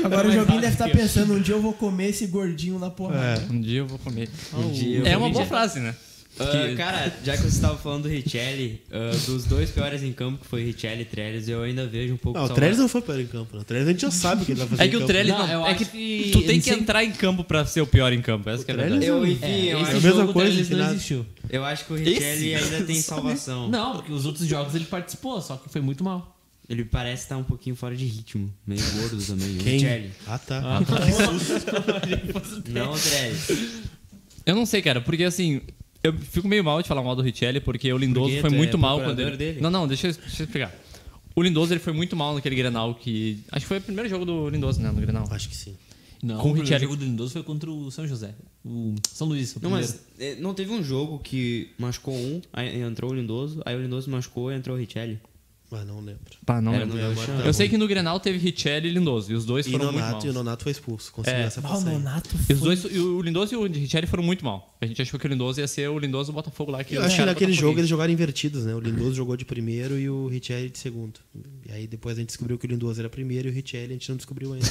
S3: Agora o
S5: Vai
S3: Jobim
S5: lá,
S3: deve tá estar
S5: porque-
S3: pensando, um dia eu vou comer esse gordinho na porrada.
S2: É.
S1: Um dia eu vou comer.
S4: Um dia eu
S1: É
S4: vou
S1: uma
S4: me
S1: boa
S4: dizer.
S1: frase, né?
S4: Ah, cara, já que você estava falando do Richelli, ah, dos dois piores em campo, que foi Richelli e Trellis, eu ainda vejo um pouco
S2: Não, o
S4: salva-
S2: Trellis não foi pior em campo. né? O Trellis a gente já sabe o que ele (laughs) vai fazer.
S1: É
S2: em
S1: que o
S2: campo.
S1: Trellis
S5: Não,
S1: não,
S5: eu
S1: é
S5: acho
S1: que,
S5: que tá-
S1: tu tem
S5: eles
S1: que
S5: sempre-
S1: entrar em campo pra ser o pior em campo. Essa que é a verdade.
S2: Trellis-
S4: Eu, enfim, eu,
S5: esse
S4: acho,
S2: mesma
S5: jogo
S2: coisa,
S5: deles não
S2: nada.
S5: existiu.
S4: eu acho que o Richelli ainda tem salvação.
S5: Não, porque os outros jogos ele participou, só que foi muito mal.
S4: Ele parece estar um pouquinho fora de ritmo, meio gordo também. O
S2: Quem?
S4: Richelli.
S2: Ah, tá.
S4: Não o Trellis.
S1: Eu não sei, cara, porque assim. Eu fico meio mal de falar mal do Richelli, porque o Lindoso
S4: Porque
S1: foi
S4: tu é
S1: muito mal quando
S4: procurador
S1: ele.
S4: dele?
S1: Não, não, deixa eu, deixa eu explicar. O Lindoso ele foi muito mal naquele Grenal que. Acho que foi o primeiro jogo do Lindoso, né? No Grenal.
S2: Acho que sim.
S5: Não,
S1: Com o
S5: o primeiro
S1: Richelli.
S5: jogo do Lindoso foi contra o São José. O São Luís, o
S4: Não,
S5: primeiro.
S4: mas eh, não teve um jogo que machucou um, aí entrou o Lindoso, aí o Lindoso machucou e entrou o Richelli.
S2: Mas não lembro.
S1: Pá, não
S4: Era
S1: lembro.
S4: no
S2: Agora
S4: Gauchão.
S2: tá
S1: Eu sei
S2: ruim.
S1: que no Grenal teve Richelli e Lindoso, e os dois
S2: E o
S1: foram muito mal.
S2: Nonato, e o Nonato foi expulso. Conseguiu
S1: É.
S2: essa
S3: Ah, o
S2: passagem.
S3: Nonato
S1: E os
S3: foi-
S1: dois, e o Lindoso e o Richelli foram muito mal. A gente achou que o Lindoso ia ser o Lindoso do Botafogo lá. Que
S2: Eu
S1: os
S2: acho que
S1: caras
S2: naquele jogo
S1: botafoguenses.
S2: eles jogaram invertidos, né? O Lindoso jogou de primeiro e o Richelli de segundo. E aí depois a gente descobriu que o Lindoso era primeiro e o Richelli a gente não descobriu ainda.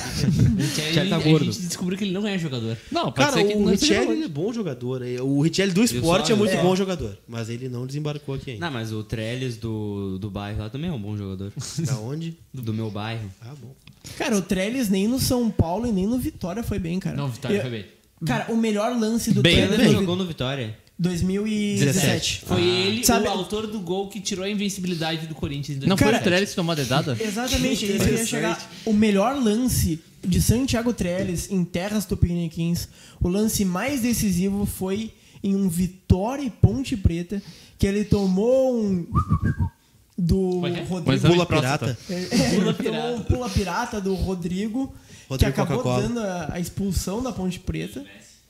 S5: Richelli,
S2: tá
S5: a
S2: gordo.
S5: gente descobriu que ele não é jogador.
S1: Não, pode
S2: Cara,
S1: ser que
S2: o
S1: não seja
S2: Richelli
S1: hoje.
S2: ele é bom jogador. O Richelli do esporte é
S4: Sávio.
S2: muito
S4: É.
S2: bom jogador. Mas ele não desembarcou aqui ainda.
S4: Não, mas o Trellis do, do bairro lá também é um bom (laughs) jogador.
S2: Da onde?
S4: do meu bairro.
S2: Ah, bom.
S3: Cara, o Trellis nem no São Paulo e nem no Vitória foi bem, cara.
S5: Não, Vitória
S3: Eu-
S5: foi bem.
S3: Cara, o melhor lance do
S1: Bem,
S4: Ele
S3: Trellis no
S4: jogou no Vitória.
S3: 2017.
S5: Foi ele,
S3: Ah, Sabe-
S5: o autor do gol que tirou a invencibilidade do Corinthians. em
S1: Não foi o
S5: 2017.
S1: Trellis que tomou a dedada?
S3: Exatamente, é isso que eu ia chegar. O melhor lance de Santiago Trellis em terras tupiniquins, o lance mais decisivo foi em um Vitória e Ponte Preta, que ele tomou um do
S5: Como é que é?
S1: Mas
S3: Rodrigo.
S1: é
S2: Pula
S1: de próstata.
S2: pirata.
S3: É, ele
S5: Pula
S3: tomou
S5: pirata.
S3: um pula pirata do Rodrigo, que
S2: Rodrigo
S3: acabou
S2: Coca-Cola.
S3: dando a, a expulsão da Ponte Preta.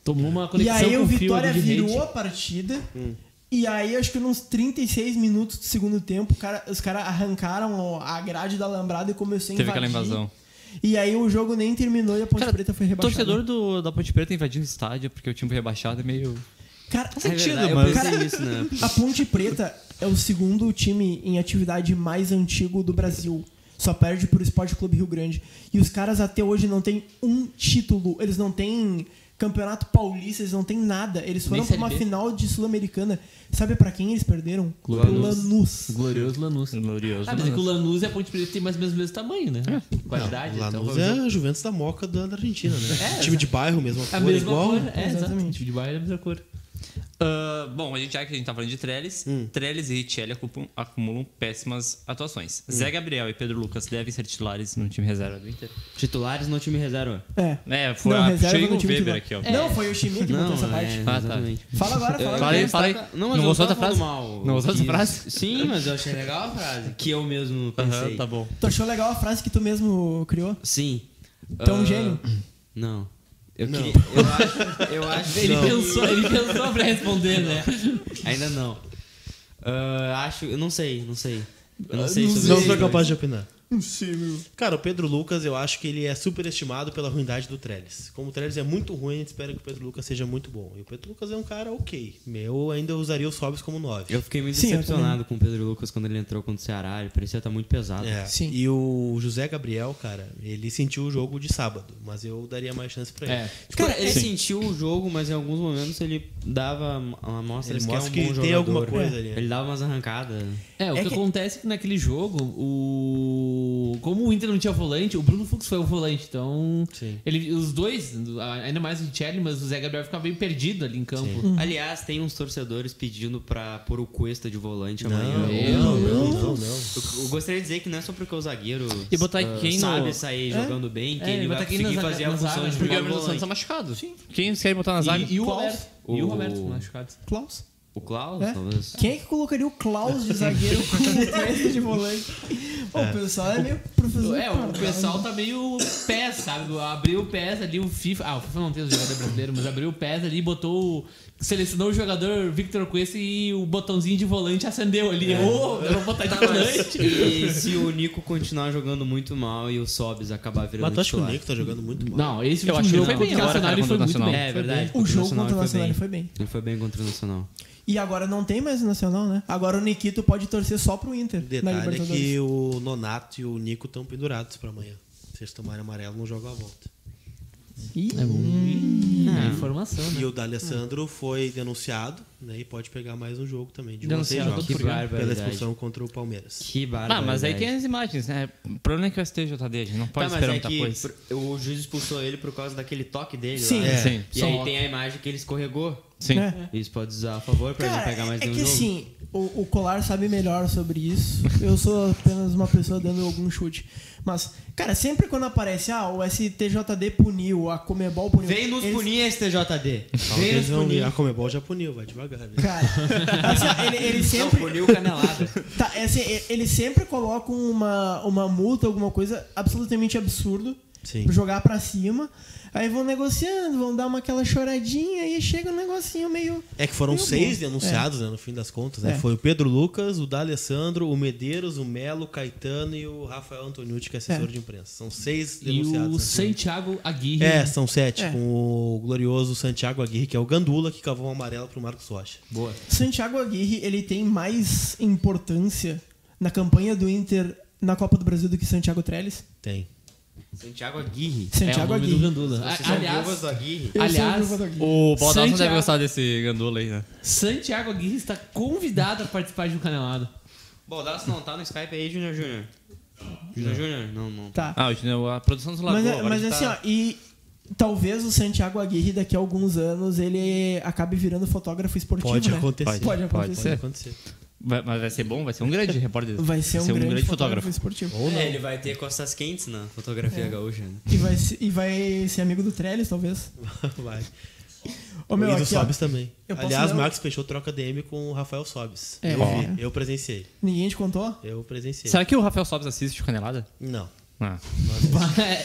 S5: Tomou uma
S3: E
S5: conexão
S3: aí
S5: com
S3: o
S5: o fio
S3: Vitória
S5: ali de
S3: virou
S5: rede.
S3: a partida.
S1: Hum.
S3: E aí, acho que nos 36 minutos do segundo tempo, o cara- os caras arrancaram a grade da Alambrada e começou a
S1: Teve
S3: invadir.
S1: aquela invasão.
S3: E aí o jogo nem terminou e a Ponte
S1: Cara,
S3: Preta foi rebaixada.
S1: Torcedor do, da Ponte Preta invadiu o estádio porque o time foi rebaixado é meio.
S3: Cara,
S1: É sentido,
S4: verdade,
S1: mas-
S4: Eu pensei nisso, (laughs) né?
S3: a Ponte Preta é o segundo time em atividade mais antigo do Brasil. Só perde pro Esporte Clube Rio Grande. E os caras até hoje não têm um título. Eles não têm campeonato paulista, eles não têm nada. Eles foram
S5: Nem
S3: pra
S5: Série
S3: uma
S5: B.
S3: final de Sul-Americana. Sabe pra quem eles perderam? Pro
S5: Lanús.
S3: Lanús.
S5: Glorioso Lanús.
S1: Glorioso. né?
S5: Ah, mas é que o Lanús e a Ponte Preta tem mais ou menos o mesmo tamanho, né? Qualidade.
S2: Lá
S5: então,
S2: no
S5: foi um
S2: é
S5: jogo-
S2: a Juventus da Moca da da Argentina, né?
S5: É,
S2: time de bairro mesmo.
S5: A
S2: cor,
S5: mesma
S2: igual.
S5: cor. É,
S3: Exatamente.
S5: exatamente. O de bairro é a mesma cor.
S1: Ah, bom, a gente já que a gente tá falando de Trellis, Trellis e Richelli acupam- acumulam péssimas atuações. Zé Gabriel e Pedro Lucas devem ser titulares no time reserva do Inter.
S4: Titulares no time reserva.
S3: É.
S1: É, foi
S3: não,
S1: a
S3: reserva
S1: puxei
S3: no
S1: o
S3: time
S1: Weber
S3: titular.
S1: aqui, ó.
S3: Não, foi o Chimia que botou essa parte.
S1: Ah, tá.
S4: exatamente.
S3: Fala agora, fala
S1: Fala
S3: agora.
S1: aí, fala aí.
S4: Não, mas
S1: Não
S4: eu
S1: gostou
S4: tava
S1: da frase?
S4: falando mal.
S1: Não gostou dessa
S4: Que-
S1: frase?
S4: Sim, mas eu achei legal a frase. Que eu mesmo
S1: Aham,
S4: pensei.
S1: tá bom.
S3: Tu achou legal a frase que tu mesmo criou?
S4: Sim.
S3: Então,
S4: Ah,
S3: gênio.
S4: Não. Eu queria. Eu acho. Eu acho
S5: Ele
S4: que-
S5: pensou, ele pensou pra responder, né?
S4: Ainda não. Ah, acho. Eu não sei, não sei. Eu não
S3: Ah,
S4: sei
S3: não
S4: sobre
S2: Não
S4: esses
S2: sou
S4: dois.
S2: capaz de opinar.
S3: Não sei, meu.
S2: Cara, o Pedro Lucas, eu acho que ele é superestimado pela ruindade do Trellis. Como o Trellis é muito ruim, a gente espera que o Pedro Lucas seja muito bom. E o Pedro Lucas é um cara ok. Eu ainda usaria o Sobis como 9.
S4: Eu fiquei muito
S3: Sim, eu
S4: decepcionado com o Pedro Lucas quando ele entrou contra o Ceará. Ele parecia estar muito pesado.
S2: É.
S3: Sim.
S2: E o José Gabriel, cara, ele sentiu o jogo de sábado, mas eu daria mais chance pra ele.
S5: É.
S4: Tipo, Cara, ele
S1: Sim.
S4: sentiu o jogo, mas em alguns momentos ele dava uma amostra
S2: Ele
S4: de
S2: mostra
S4: que, é um
S2: que
S4: bom
S2: tem
S4: jogador.
S2: alguma coisa ali.
S4: Ele dava umas arrancadas.
S5: É, o
S3: É
S5: que,
S3: que-
S5: acontece é que naquele jogo, o. Como o Inter não tinha volante, o Bruno Fux foi o volante. Então.
S2: Sim.
S5: Ele, os dois, ainda mais o Richelli, mas o Zé Gabriel ficava meio perdido ali em campo.
S4: Aliás, tem uns torcedores pedindo pra pôr o Cuesta de volante amanhã.
S2: Não,
S5: Meu
S2: não, não, não, não.
S4: Eu, eu gostaria de dizer que não é só porque o zagueiro
S1: E botar
S4: ah,
S1: quem no-
S4: sabe sair jogando bem, que
S5: É,
S4: ele
S5: botar
S4: vai
S5: quem
S4: conseguir
S5: na zaga-
S4: fazer a
S5: na
S4: função
S5: zaga,
S4: de
S5: porque
S1: Porque o
S4: primeiro
S1: Emerson Santos
S4: volante.
S1: tá machucado. Sim. Quem eles querem botar na zaga?
S5: E, e o
S3: Klaus.
S5: Roberto. E o
S4: O-
S5: Roberto tá machucado.
S3: Klaus?
S4: O Klaus,
S3: É?
S4: talvez.
S3: Quem é que colocaria o Klaus de
S4: (laughs)
S3: zagueiro com o Cuesta de volante? Pô, O pessoal é meio professor.
S5: É, o
S3: Carvalho.
S5: pessoal tá meio pés, sabe? Abriu o pés ali, o FIFA. Ah, o FIFA não tem o jogador brasileiro, mas abriu o pés ali e botou. o- Selecionou o jogador Victor Cuesta e o botãozinho de volante acendeu
S1: É.
S5: ali. Ô, eu vou botar
S1: Tá,
S5: de volante.
S4: E se o Nico continuar jogando muito mal e o Sobis acabar virando
S2: Mas tu acha que o
S4: titular?
S2: Nico tá jogando muito mal?
S5: Não, esse
S1: Eu
S5: último
S1: acho que
S5: jogo
S1: ele foi bem
S5: contra o
S1: agora,
S5: Nacional
S1: cara,
S5: ele foi
S1: contra o
S5: muito bem.
S1: Nacional.
S4: É verdade.
S3: O jogo
S4: Nacional
S3: contra o Nacional ele
S4: ele
S3: foi bem.
S4: Ele foi bem contra o Nacional.
S3: E agora não tem mais o Nacional, né? Agora o Nikito pode torcer só pro Inter.
S2: O
S3: na
S2: detalhe é
S3: Libertadores.
S2: que o Nonato e o Nico estão pendurados pra amanhã. Se eles tomarem amarelo, não jogam a volta.
S3: Ih,
S5: É bom. É informação,
S2: E
S5: né?
S2: o D'Alessandro foi denunciado, né? E pode pegar mais um jogo também de
S1: Denunciado
S2: vocês
S4: do programa.
S2: pela
S4: Barbaridade.
S2: expulsão contra o Palmeiras.
S4: Que barba.
S6: Ah, mas aí tem as imagens, né? O problema é que o STJD, a gente não pode
S4: tá, mas
S6: esperar
S4: é
S6: muita
S4: que
S6: coisa.
S4: pr- O juiz expulsou ele por causa daquele toque dele
S3: Sim.
S4: lá. né?
S2: É.
S6: Sim,
S4: E
S5: Só
S4: aí
S5: o-
S4: tem a imagem que ele escorregou.
S6: sim.
S3: É.
S4: Isso pode usar a favor pra não
S3: Cara,
S4: pegar mais
S3: é
S4: nenhum
S3: que
S4: jogo.
S3: assim, o, o Colar sabe melhor sobre isso. Eu sou apenas uma pessoa dando algum chute. Mas, cara, sempre quando aparece, ah, o STJD puniu, a Comebol puniu.
S4: Vem nos
S3: eles-
S4: punir, STJD. Vem
S2: Talvez
S4: nos
S2: não,
S4: punir.
S2: a Comebol já puniu, vai devagar. Né?
S3: Cara, assim, ó, ele, ele sempre.
S4: Não, puniu canelada.
S3: Tá, é assim, e- eles sempre colocam uma, uma multa, alguma coisa absolutamente absurdo.
S2: Sim.
S3: pra Jogar pra cima. Aí vão negociando, vão dar uma aquela choradinha e chega um negocinho meio.
S2: É que foram
S3: meio
S2: seis
S3: bom.
S2: denunciados, né? No fim das contas, né?
S3: É.
S2: Foi o Pedro Lucas, o D'Alessandro, o Medeiros, o Melo, o Caetano e o Rafael Antoniucci, que é assessor
S3: É.
S2: de imprensa. São seis
S5: E o
S2: denunciados. né?
S5: Santiago Aguirre.
S2: É, são sete,
S3: É.
S2: com o glorioso Santiago Aguirre, que é o Gandula, que cavou um amarelo pro Marcos Rocha.
S4: Boa.
S3: Santiago Aguirre ele tem mais importância na campanha do Inter na Copa do Brasil do que Santiago Trellis?
S2: Tem.
S4: Santiago Aguirre.
S3: Santiago
S5: é, o nome do
S3: Aguirre.
S5: Gandula. A-
S4: Vocês são viúvas
S5: Aliás,
S4: do Aguirre?
S3: Eu sou
S5: aliás,
S3: o Giovanni Aguirre.
S1: O Baldasso não deve
S5: Santiago-
S1: gostar desse gandula aí, né?
S5: Santiago Aguirre está convidado a participar de um canelado.
S4: Baldasso não tá no Skype aí, Junior Júnior. Junior Júnior? Não, não.
S3: Tá.
S6: Ah, o Junior, a produção do lado.
S3: mas mas
S5: tá
S3: assim,
S1: tá-
S3: ó, e talvez o Santiago Aguirre daqui a alguns anos ele é, acabe virando fotógrafo esportivo,
S2: Pode
S3: né?
S2: acontecer.
S3: Pode, acontecer.
S2: Pode acontecer. (laughs)
S1: Vai- mas vai ser bom, vai ser um grande repórter.
S3: Vai ser um, grande, fotógrafo, esportivo.
S2: Ou não.
S4: É, ele vai ter costas quentes na fotografia gaúcha. Né?
S3: E vai, ser, e vai ser amigo do Trellis, talvez.
S2: vai.
S3: Ô, meu,
S2: e do
S3: aqui, ó,
S2: Sobis também.
S3: Eu posso
S2: Aliás,
S3: ler o-
S2: Marcos Peixoto troca DM com o Rafael Sobis.
S3: É,
S2: eu
S3: ó.
S2: vi, eu presenciei.
S3: ninguém te contou?
S2: Eu presenciei.
S1: Será que o Rafael Sobes assiste o Canelada?
S2: Não.
S1: Ah.
S5: (laughs)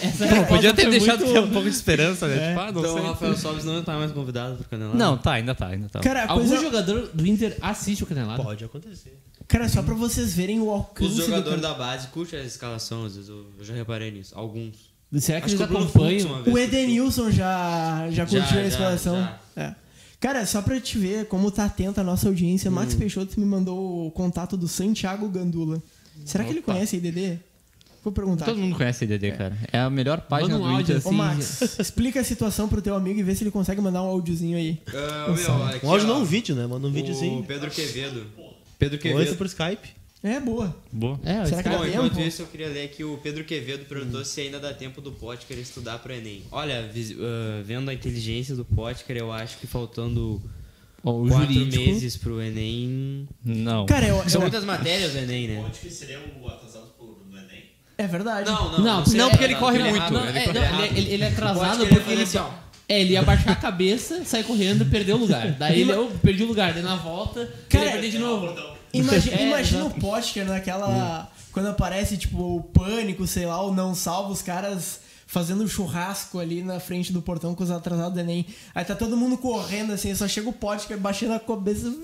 S5: Essa
S1: Pô, podia ter
S5: foi
S1: deixado
S5: É, muito-
S1: ter um pouco de esperança, né? Tipo, ah, não
S4: Então o
S1: sei.
S4: Rafael Sobes não tá mais convidado pro canelado?
S1: Não, tá, ainda tá, ainda tá.
S3: Cara, a
S5: Algum
S3: coisa,
S5: jogador do Inter assiste o canelado?
S2: Pode acontecer.
S3: cara, só pra vocês verem o
S4: Os
S3: alcance
S4: jogadores
S3: do...
S4: da base curtem as escalações, às vezes eu eu já reparei nisso. Alguns.
S5: Será É que
S4: Acho
S5: eles
S4: que o Bruno Fux
S5: acompanham? né?
S4: uma vez
S3: O
S4: curtiu.
S3: Edenilson já, já curtiu
S4: Já,
S3: a
S4: já,
S3: escalação.
S4: já.
S3: É. Cara, só pra te ver como tá atenta a nossa
S4: Hum.
S3: audiência, Max Peixoto me mandou o contato do Santiago Gandula. Será que ele
S1: Opa.
S3: conhece a IDD? Vou perguntar.
S1: Todo mundo conhece a DD, cara. É a melhor página
S5: Manda um
S1: do
S5: áudio
S1: Inter.
S5: assim.
S3: Ô, Max, explica a situação pro teu amigo e vê se ele consegue mandar um áudiozinho aí.
S4: Ah, meu, aqui,
S2: Um áudio
S4: ó,
S2: não, um vídeo, né? Manda um
S4: O
S2: videozinho.
S4: Pedro Quevedo. Pedro
S2: Coisa
S4: Quevedo.
S2: por Skype.
S3: É, boa.
S1: Boa.
S3: Será que
S5: É, esse
S3: dá
S4: Bom,
S5: cara-
S3: tempo?
S4: enquanto isso, eu queria ler aqui o Pedro Quevedo perguntou se ainda dá tempo do Potker estudar pro Enem. Olha, vis- ah, vendo a inteligência do Potker, eu acho que faltando
S1: Ó, o
S4: quatro
S1: jurídico.
S4: meses pro Enem.
S1: Não.
S3: Cara, é, eu,
S4: São
S3: eu-
S4: muitas matérias do Enem,
S3: é
S4: né?
S3: verdade.
S5: Não,
S4: precisa-
S1: não, porque ele
S4: não,
S1: corre
S4: tá
S1: muito,
S4: errado.
S5: não,
S1: ele
S5: é,
S1: corre
S5: não, ele, ele- ele é atrasado
S4: Pode querer
S5: porque ele,
S4: fazer assim,
S5: é, ele ia baixar a cabeça, sair correndo, perdeu o lugar. Daí ele, eu perdi o lugar, daí na volta,
S3: Cara,
S5: cara, ele perdeu de novo.
S3: Imagina,
S5: É,
S3: imagina o
S5: exato.
S3: Potker naquela. Quando aparece, tipo, o pânico, sei lá, o não salvo, os caras fazendo churrasco ali na frente do portão com os atrasados do Enem. Aí tá todo mundo correndo assim, só chega o Potker baixando a cabeça. vrum,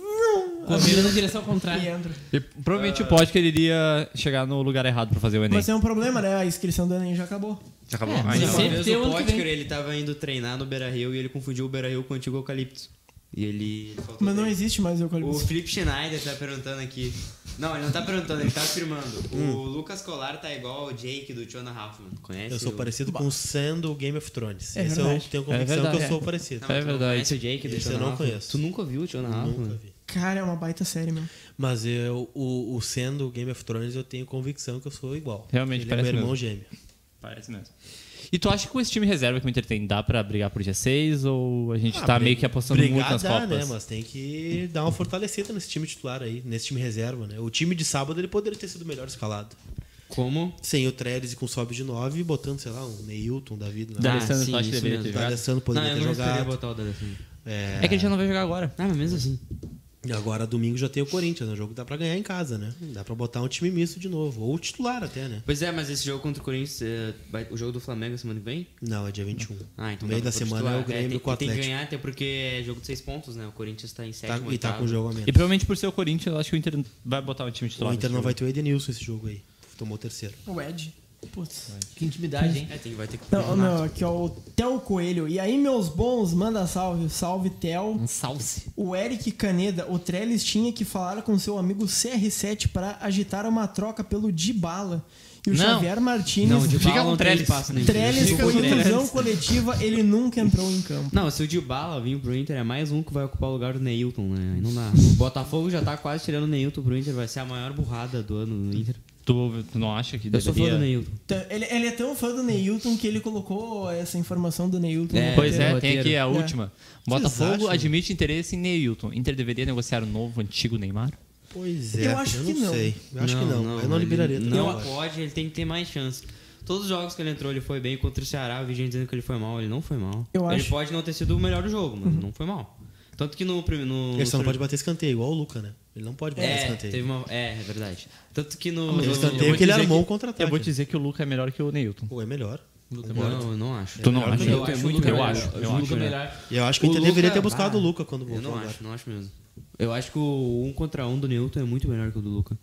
S5: Correndo na direção
S3: E
S5: contrária.
S3: entra.
S1: E provavelmente o Podker iria chegar no lugar errado pra fazer o Enem.
S3: Mas é um problema, né? A inscrição do Enem já acabou.
S1: Já acabou?
S5: mas
S1: Ah, então.
S4: Uma
S5: Sempre
S4: vez
S5: tem
S4: o
S5: ano que vem.
S4: Potker, ele tava indo treinar no Beira Rio e ele confundiu o Beira Rio com o antigo eucalipto. E ele. ele faltou
S3: Mas não
S4: treino.
S3: existe mais o
S4: O
S3: Eucalipto.
S4: Felipe Schneider tá perguntando aqui. Não, ele não tá perguntando, ele tá afirmando. O Lucas Colar tá igual o Jake do Jonah Hoffman. Conhece?
S2: Hum. Eu sou
S4: o...
S2: parecido com o Sam do Game of Thrones.
S3: É
S2: Esse
S3: verdade.
S2: eu tenho convicção
S1: É verdade,
S2: que eu
S1: é.
S2: sou parecido.
S4: Não, Tá, mas
S1: É
S4: tu não
S1: verdade.
S4: Conhece o Jake do
S2: Esse eu
S4: Jonah
S2: não
S4: Hoffman?
S2: conheço.
S4: Tu nunca viu o Jonah
S2: Nunca
S4: Hoffman?
S2: vi.
S3: Cara, é uma baita série, meu.
S2: Mas eu, o, o Sam do Game of Thrones, eu tenho convicção que eu sou igual.
S1: Realmente,
S2: Ele
S1: parece
S2: é meu irmão gêmeo.
S1: Parece mesmo. E tu acha que com esse time reserva que o Inter tem, dá pra brigar pro G6 ou a gente
S2: Ah,
S1: tá
S2: bri-
S1: meio que apostando
S2: brigar
S1: muito nas
S2: dá,
S1: Copas?
S2: né? Mas tem que dar uma fortalecida nesse time titular aí, nesse time reserva, né? O time de sábado ele poderia ter sido melhor escalado.
S4: Como?
S2: Sem o Trellis e com o Sobe de 9, botando, sei lá, um Neilton da vida.
S1: Dá.
S2: Né?
S1: Alessandro, tu acha que
S4: isso
S1: deveria ter
S4: mesmo.
S2: jogado? O Alessandro poderia
S4: não,
S2: ter
S4: eu não gostaria de
S2: jogado.
S4: botar o D'Alessandro.
S2: É,
S1: É que a gente não vai jogar agora.
S4: Ah, mas mesmo assim.
S2: E agora domingo já tem o Corinthians, né? O jogo que dá pra ganhar em casa, né? Dá pra botar um time misto de novo. Ou titular até, né?
S4: Pois é, mas esse jogo contra o Corinthians, é, vai- o jogo do Flamengo é semana que vem?
S2: Não, é dia 21.
S4: Ah, então
S2: No meio
S4: dá
S2: da
S4: pra pôr
S2: semana
S4: titular.
S2: é o Grêmio
S4: tem,
S2: com o
S4: Tem que
S2: Atlético.
S4: ganhar, até porque é jogo de seis pontos, né? O Corinthians tá em
S2: Tá,
S4: sétimo,
S2: e tá com
S4: oitavo.
S2: o jogo a menos.
S1: E provavelmente por ser o Corinthians, eu acho que o Inter vai botar um time titular.
S2: O Inter
S1: nesse
S2: não
S1: jogo.
S4: né?
S2: vai ter o Edenilson esse jogo aí. Tomou o terceiro.
S3: O Ed. Putz.
S5: Que intimidade, hein?
S4: É, tem, vai ter que...
S3: Não, não, aqui ó, o Theo Coelho. E aí, meus bons, manda salve. Salve, Theo.
S5: Um salse.
S3: O Eric Caneda, o Trellis tinha que falar com seu amigo CR7 para agitar uma troca pelo Dibala, E o
S6: Não.
S3: Xavier Martinez.
S4: Não, o
S6: Fica
S4: Dybala
S6: com
S4: não tem
S6: Trellis.
S4: espaço no Inter.
S3: Trellis
S4: Fica
S3: por
S4: com Trellis.
S3: inclusão coletiva, ele nunca entrou em campo.
S4: Não, se o Dybala vir pro Inter, é mais um que vai ocupar o lugar do Neilton, né? Aí Não dá. O Botafogo já tá quase tirando o Neilton pro Inter, vai ser a maior burrada do ano no Inter.
S6: Tu, tu não acha que
S4: Eu sou fã do
S6: deveria...
S4: Neilton.
S3: Tá, Ele, ele é tão fã do Neilton que ele colocou essa informação do Neilton.
S4: É,
S3: no
S6: Pois
S3: roteiro.
S6: é, tem aqui a
S3: É.
S6: última. Botafogo admite interesse em Neilton. Inter deveria negociar o novo, antigo Neymar?
S2: Pois é,
S3: Eu acho
S2: eu
S3: que
S2: não,
S3: não.
S2: sei. Eu acho que não. eu não
S4: ele
S2: liberaria. também, eu
S4: Não
S2: acho.
S4: pode, ele tem que ter mais chance. Todos os jogos que ele entrou, ele foi bem. Contra o Ceará, eu vi gente dizendo que ele foi mal. Ele não foi mal.
S3: Eu
S4: ele
S3: acho-
S4: pode não ter sido o melhor jogo, mas não foi mal. Tanto que no primeiro. No,
S2: Ele só
S4: no
S2: não pode
S4: prim-
S2: bater escanteio, igual o Luca, né? Ele não pode bater
S4: É,
S2: escanteio.
S4: teve uma, é, é verdade. Tanto que no.
S2: Ele
S4: no-
S2: escanteio
S1: vou
S2: que
S1: dizer
S2: ele armou
S1: que-
S2: o né? contra-ataque.
S6: Eu vou te dizer que o Luca é melhor que o Neilton.
S2: Pô, é melhor.
S4: Não, eu é não acho.
S6: Tu não
S2: melhor
S6: acha?
S2: que
S5: Eu acho muito
S6: eu
S5: melhor.
S6: acho.
S5: Eu
S6: eu
S5: julgo
S6: acho, né?
S5: melhor.
S2: E eu acho que o
S5: O
S2: Inter deveria
S5: Luca-
S2: ter buscado
S5: Ah,
S2: o Luca quando
S4: Eu
S2: voltou
S4: não
S2: agora.
S4: acho, não acho mesmo. Eu acho que o um contra um do Newton é muito melhor que o do Luca.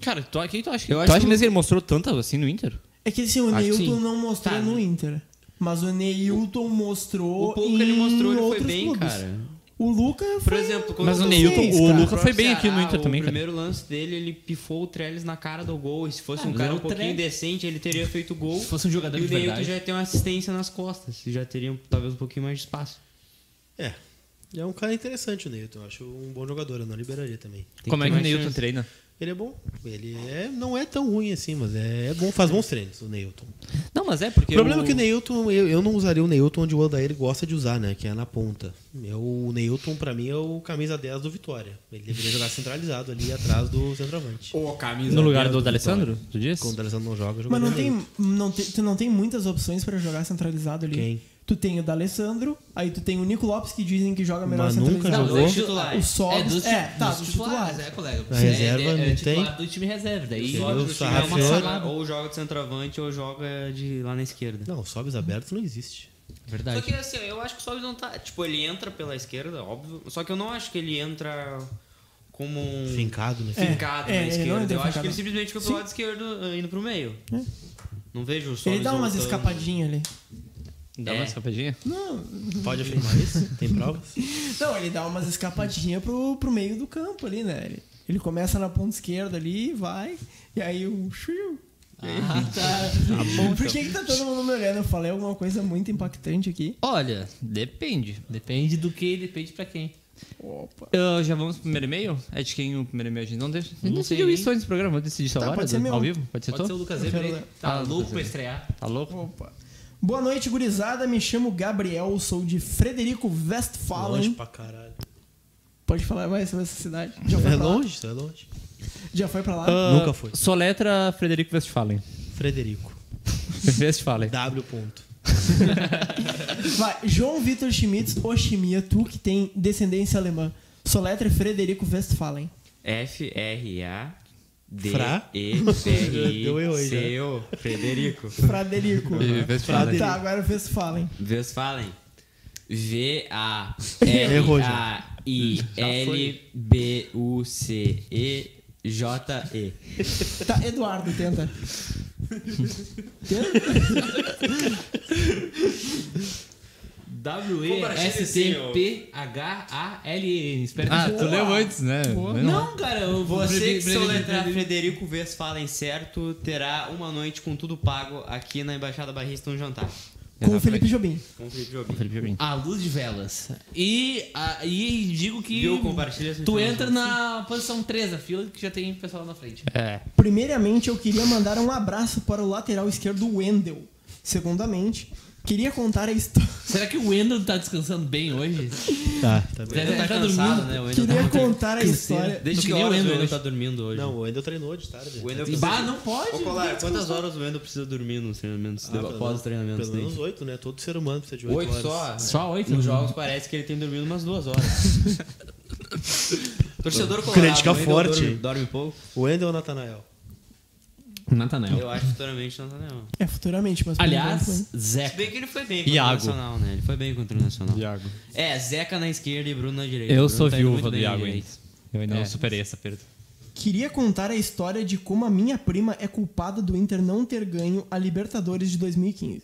S6: Cara, tu, quem tu acha?
S4: Eu
S6: tu
S5: é
S4: acho
S6: acha
S4: que-
S6: mesmo que ele mostrou tanto assim no Inter?
S3: É que assim, o
S4: Acho Ah, que
S3: Neilton
S4: sim.
S3: não mostrou
S4: Tá.
S3: no Inter. Mas o Neilton mostrou.
S4: O pouco
S3: em
S4: que ele mostrou, ele foi
S3: outros
S4: bem,
S3: clubes.
S4: cara.
S3: O Luca
S4: Por
S3: foi-
S4: exemplo, quando
S6: Mas o
S3: Não
S6: Neilton,
S3: sei,
S6: o
S3: cara.
S6: Luca foi
S4: próprio
S6: bem aqui no
S4: Ceará,
S6: Inter também,
S4: ah, O
S6: cara.
S4: primeiro lance dele, ele pifou o Trellis na cara do gol. E se
S6: Ah,
S4: fosse um
S5: mas
S4: cara
S6: é
S5: era
S4: um
S5: o
S4: pouquinho
S5: Trellis.
S4: decente, ele teria feito o gol.
S5: Se fosse um jogador
S4: e o
S5: de
S4: Neilton
S5: verdade.
S4: já tem uma assistência nas costas. E já teria talvez um pouquinho mais de espaço.
S2: É. Ele é um cara interessante, o Neilton. Eu acho um bom jogador. Eu não liberaria também.
S4: Tem
S6: Como
S4: ter
S6: é que o
S4: mais
S6: Neilton
S4: chance.
S6: treina?
S2: Ele é bom. Ele é, não é tão ruim assim, mas é, é bom. Faz bons treinos, o Neilton.
S6: Não, mas é porque.
S2: o problema é que o Neilton, eu, eu não usaria o Neilton onde o Odair gosta de usar, né? Que é na ponta. Eu, o Neilton, pra mim, é o camisa 10 do Vitória. Ele deveria jogar centralizado ali atrás do centroavante.
S1: é
S6: No lugar do D'Alessandro? Tu diz?
S2: Quando o Alessandro não joga, joga
S3: Mas não
S2: o Neilton.
S3: tem, não tem- tu não tem muitas opções pra jogar centralizado ali.
S2: Quem?
S3: Tu tem o D'Alessandro, aí tu tem o Nico Lopes que dizem que joga melhor
S2: Mas nunca
S6: Tá
S3: centralizado.
S5: Não,
S2: jogou.
S5: dos titulares.
S3: O Sobs-
S5: É, dos, ti-
S3: é, tá,
S5: dos
S3: dos
S5: titulares,
S3: titulares.
S5: é, colega.
S2: Na
S5: É,
S2: reserva
S5: é, é
S6: né?
S2: não
S5: titular do time reserva. Daí
S2: Sim,
S5: joga
S2: o
S5: no time, é uma
S2: Sarrafiore-
S5: salada.
S4: Ou joga de centroavante ou joga de lá na esquerda.
S2: Não, sobes abertos não existe.
S3: É
S5: Verdade.
S4: Só que assim, eu acho que o Sobis não tá. Tipo, ele entra pela esquerda, óbvio. Só que eu não acho que ele entra como um.
S2: Fincado, né?
S4: fincado
S3: Hum. É, é,
S4: na
S3: ele não
S4: esquerda.
S3: entra
S4: Eu acho
S3: fincado.
S4: que ele simplesmente ficou pro lado esquerdo uh, indo pro meio. Não vejo o Sobis.
S3: Ele dá umas
S4: voltando.
S3: escapadinhas ali.
S6: Dá
S4: É.
S6: uma escapadinha?
S2: Pode afirmar isso? Tem (laughs) provas?
S3: Não, ele dá umas escapadinhas pro, pro meio do campo ali, né? Ele, ele começa na ponta esquerda ali, vai, e aí o shiu. E aí (laughs) tá. Por que, que tá todo mundo me olhando? Eu falei alguma coisa muito impactante aqui.
S6: Olha, depende.
S5: Depende do que, depende pra quem.
S3: Opa.
S6: Ah, já vamos pro primeiro e-mail? É de quem o primeiro e-mail a gente não deixa. A gente
S5: Não sei
S6: decidiu
S5: nem.
S6: isso antes do programa, vou decidir isso
S3: Tá,
S6: agora,
S3: pode ser
S6: do-
S3: meu.
S6: ao vivo? Pode ser
S5: Pode ser o
S6: tu?
S5: Lucas
S3: Eu
S5: Eber,
S3: quero
S5: ele
S3: ler.
S5: tá
S6: Ah,
S5: louco
S6: Lucas
S5: pra
S6: Eber.
S5: estrear.
S6: Tá louco?
S3: Opa. Boa noite, gurizada. Me chamo Gabriel, sou de Frederico
S2: Longe
S3: Westphalen.
S2: pra caralho.
S3: Pode falar mais sobre essa cidade. Já foi
S2: É
S3: pra
S2: longe, isso é longe.
S3: Lá? Já foi pra lá?
S6: Ah,
S2: Nunca foi.
S6: Soletra Frederico (laughs) Westphalen.
S2: Frederico.
S6: Westphalen.
S2: W. Ponto.
S3: Vai, João Vitor Schmitz Oshimia, tu que tem descendência alemã. Soletre Frederico Westphalen.
S4: É. F, R, A. D,
S2: Fra?
S4: E, C,
S2: Deu eu
S4: I,
S2: aí,
S4: C, O, Frederico.
S3: Frederico.
S6: Westphalen.
S3: Tá, agora Westphalen.
S4: Westphalen. V, A,
S2: Errou
S4: R,
S2: já.
S4: A, I, L, B, U, C, E, J, E.
S3: Tá, Eduardo, tenta.
S5: W-E-S-T-P-H-A-L-E-N. Espero
S6: Ah,
S5: que
S6: tu leu antes, né?
S5: Não, cara, eu vou
S4: Você que
S5: preferir-
S4: soletrar Frederico Westphalen certo terá uma noite com tudo pago aqui na Embaixada Barrista um jantar.
S3: Com o Felipe Jobim.
S4: Com o Felipe Jobim.
S5: A luz de velas. E, a- e digo que
S4: Viu? Compartilha essa
S5: tu
S4: informação.
S5: entra na posição 3 da fila que já tem pessoal lá na frente.
S6: É.
S3: Primeiramente, eu queria mandar um abraço para o lateral esquerdo Wendel. Segundamente, queria contar a história.
S5: Será que o Wendel tá descansando bem hoje?
S2: Tá, tá bem.
S5: Deve
S4: tá
S5: estar
S4: cansado,
S5: É, dormindo.
S4: né? O Wendel
S3: Queria
S4: tá-
S3: contar a história.
S4: Desde
S5: Tu
S4: que
S5: que nem
S4: horas o
S5: o Wendel
S4: Wendel
S5: hoje.
S4: tá dormindo hoje?
S2: Não, o Wendel treinou tá, de tarde.
S4: O Wendel
S5: Bah,
S4: precisa...
S5: não pode. né?
S4: Ô, Colar, quantas horas o Wendel precisa dormir nos treinamentos?
S2: Ah, pelo
S4: após
S2: menos-
S4: os treinamentos?
S2: Pelo menos
S4: dele?
S2: oito, né? Todo ser humano precisa de oito
S4: Oito
S2: horas.
S4: só?
S5: Só oito?
S4: Nos jogos parece que ele tem dormido umas duas (laughs) horas. Torcedor colorado.
S2: Crítica
S4: o Wendel
S2: forte.
S4: Dorme, dorme pouco?
S2: O Wendel ou o Natanael?
S1: É um
S5: Natanael.
S4: Eu acho que futuramente não tá não.
S3: É, futuramente, mas. por enquanto,
S5: Aliás,
S4: Se
S5: Zeca.
S4: bem que ele foi bem contra
S6: Iago.
S4: o Nacional, né? Ele foi bem contra o Nacional.
S6: Iago.
S4: É, Zeca na esquerda e Bruno na direita.
S6: Eu
S4: Bruno
S6: sou
S4: tá indo
S6: viúva
S4: muito
S6: do
S4: bem na
S6: Iago ainda.
S4: direita.
S6: Eu ainda
S4: É.
S6: não superei essa perda.
S3: Queria contar a história de como a minha prima é culpada do Inter não ter ganho a Libertadores de 2015.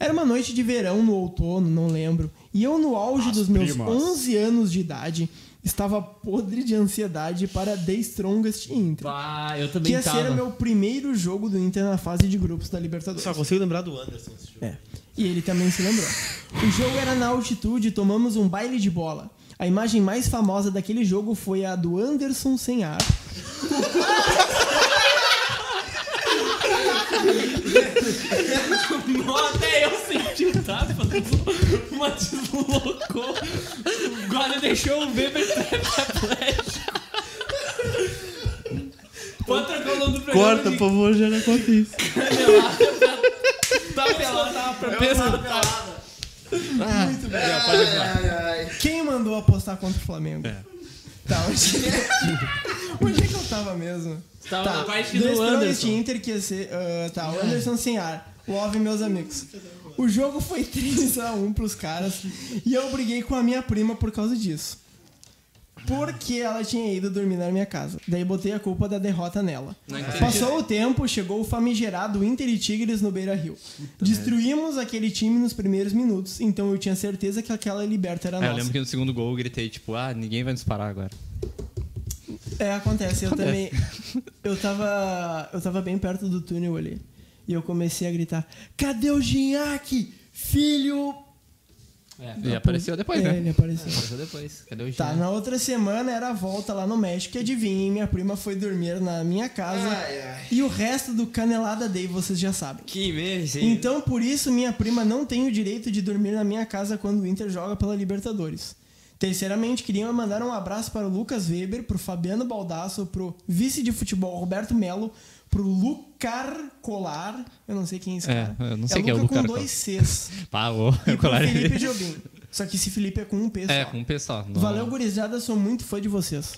S3: Era uma noite de verão no outono, não lembro. E eu, no auge dos meus
S7: primas.
S3: 11 anos de idade, estava podre de ansiedade para The Strongest Inter.
S5: Bah, eu
S3: que
S5: também
S3: ia ser
S5: tava.
S3: o meu primeiro jogo do Inter na fase de grupos da Libertadores.
S2: Só consigo lembrar do Anderson esse jogo.
S3: É. E ele também se lembrou. O jogo era na altitude e tomamos um baile de bola. A imagem mais famosa daquele jogo foi a do Anderson sem ar.
S5: Nossa, (laughs) até eu senti o tapa. Uma deslocou. O Guarda deixou o Weber tetraplégico. Outra coluna do programa.
S2: Corta, por favor, já não conta isso.
S5: Tá pelado, tava pra pensar.
S3: Quem mandou apostar contra o Flamengo? Tá, onde... onde é que (laughs) eu tava mesmo?
S5: Tava
S3: tá,
S5: na parte
S3: dois
S5: é do
S3: trolls de
S5: Anderson. É.
S3: Inter que ia ser. ah, tá, o Anderson sem ar. Love, meus amigos. O jogo foi (laughs) 3x1 pros caras e eu briguei com a minha prima por causa disso. Porque ela tinha ido dormir na minha casa. Daí botei a culpa da derrota nela.
S1: É.
S3: Passou o tempo, chegou o famigerado Inter e Tigres no Beira Rio. Destruímos aquele time nos primeiros minutos, então eu tinha certeza que aquela liberta era
S1: É, eu
S3: Tá nossa.
S1: lembro que no segundo gol eu gritei, tipo, ah, ninguém vai nos parar agora.
S3: É, acontece. Eu também. (laughs) Eu tava. Eu tava bem perto do túnel ali. E eu comecei a gritar: Cadê o Ginhaque? Filho.
S1: E apareceu depois,
S3: é,
S1: né?
S3: ele apareceu.
S5: depois. Cadê o
S3: Tá, na outra semana era a volta lá no México e adivinha, minha prima foi dormir na minha casa. E o resto do Canelada Day vocês já sabem.
S4: Que merda,
S3: Então, por isso, minha prima não tem o direito de dormir na minha casa quando o Inter joga pela Libertadores. Terceiramente, queria mandar um abraço para o Lucas Weber, pro Fabiano Baldasso, pro vice de futebol Roberto Melo, pro Lucar Colar, eu não sei quem é esse
S1: É,
S3: cara.
S1: eu não sei quem é o
S3: Luca
S1: Lucar
S3: com
S1: Colar. (laughs)
S3: dois Cs.
S1: Pá, ô,
S3: E
S1: o
S3: pro
S1: colar
S3: Felipe Jobim. Só que esse Felipe é com um P só.
S1: É, com o pessoal. não-
S3: Valeu, gurizada, sou muito fã de vocês.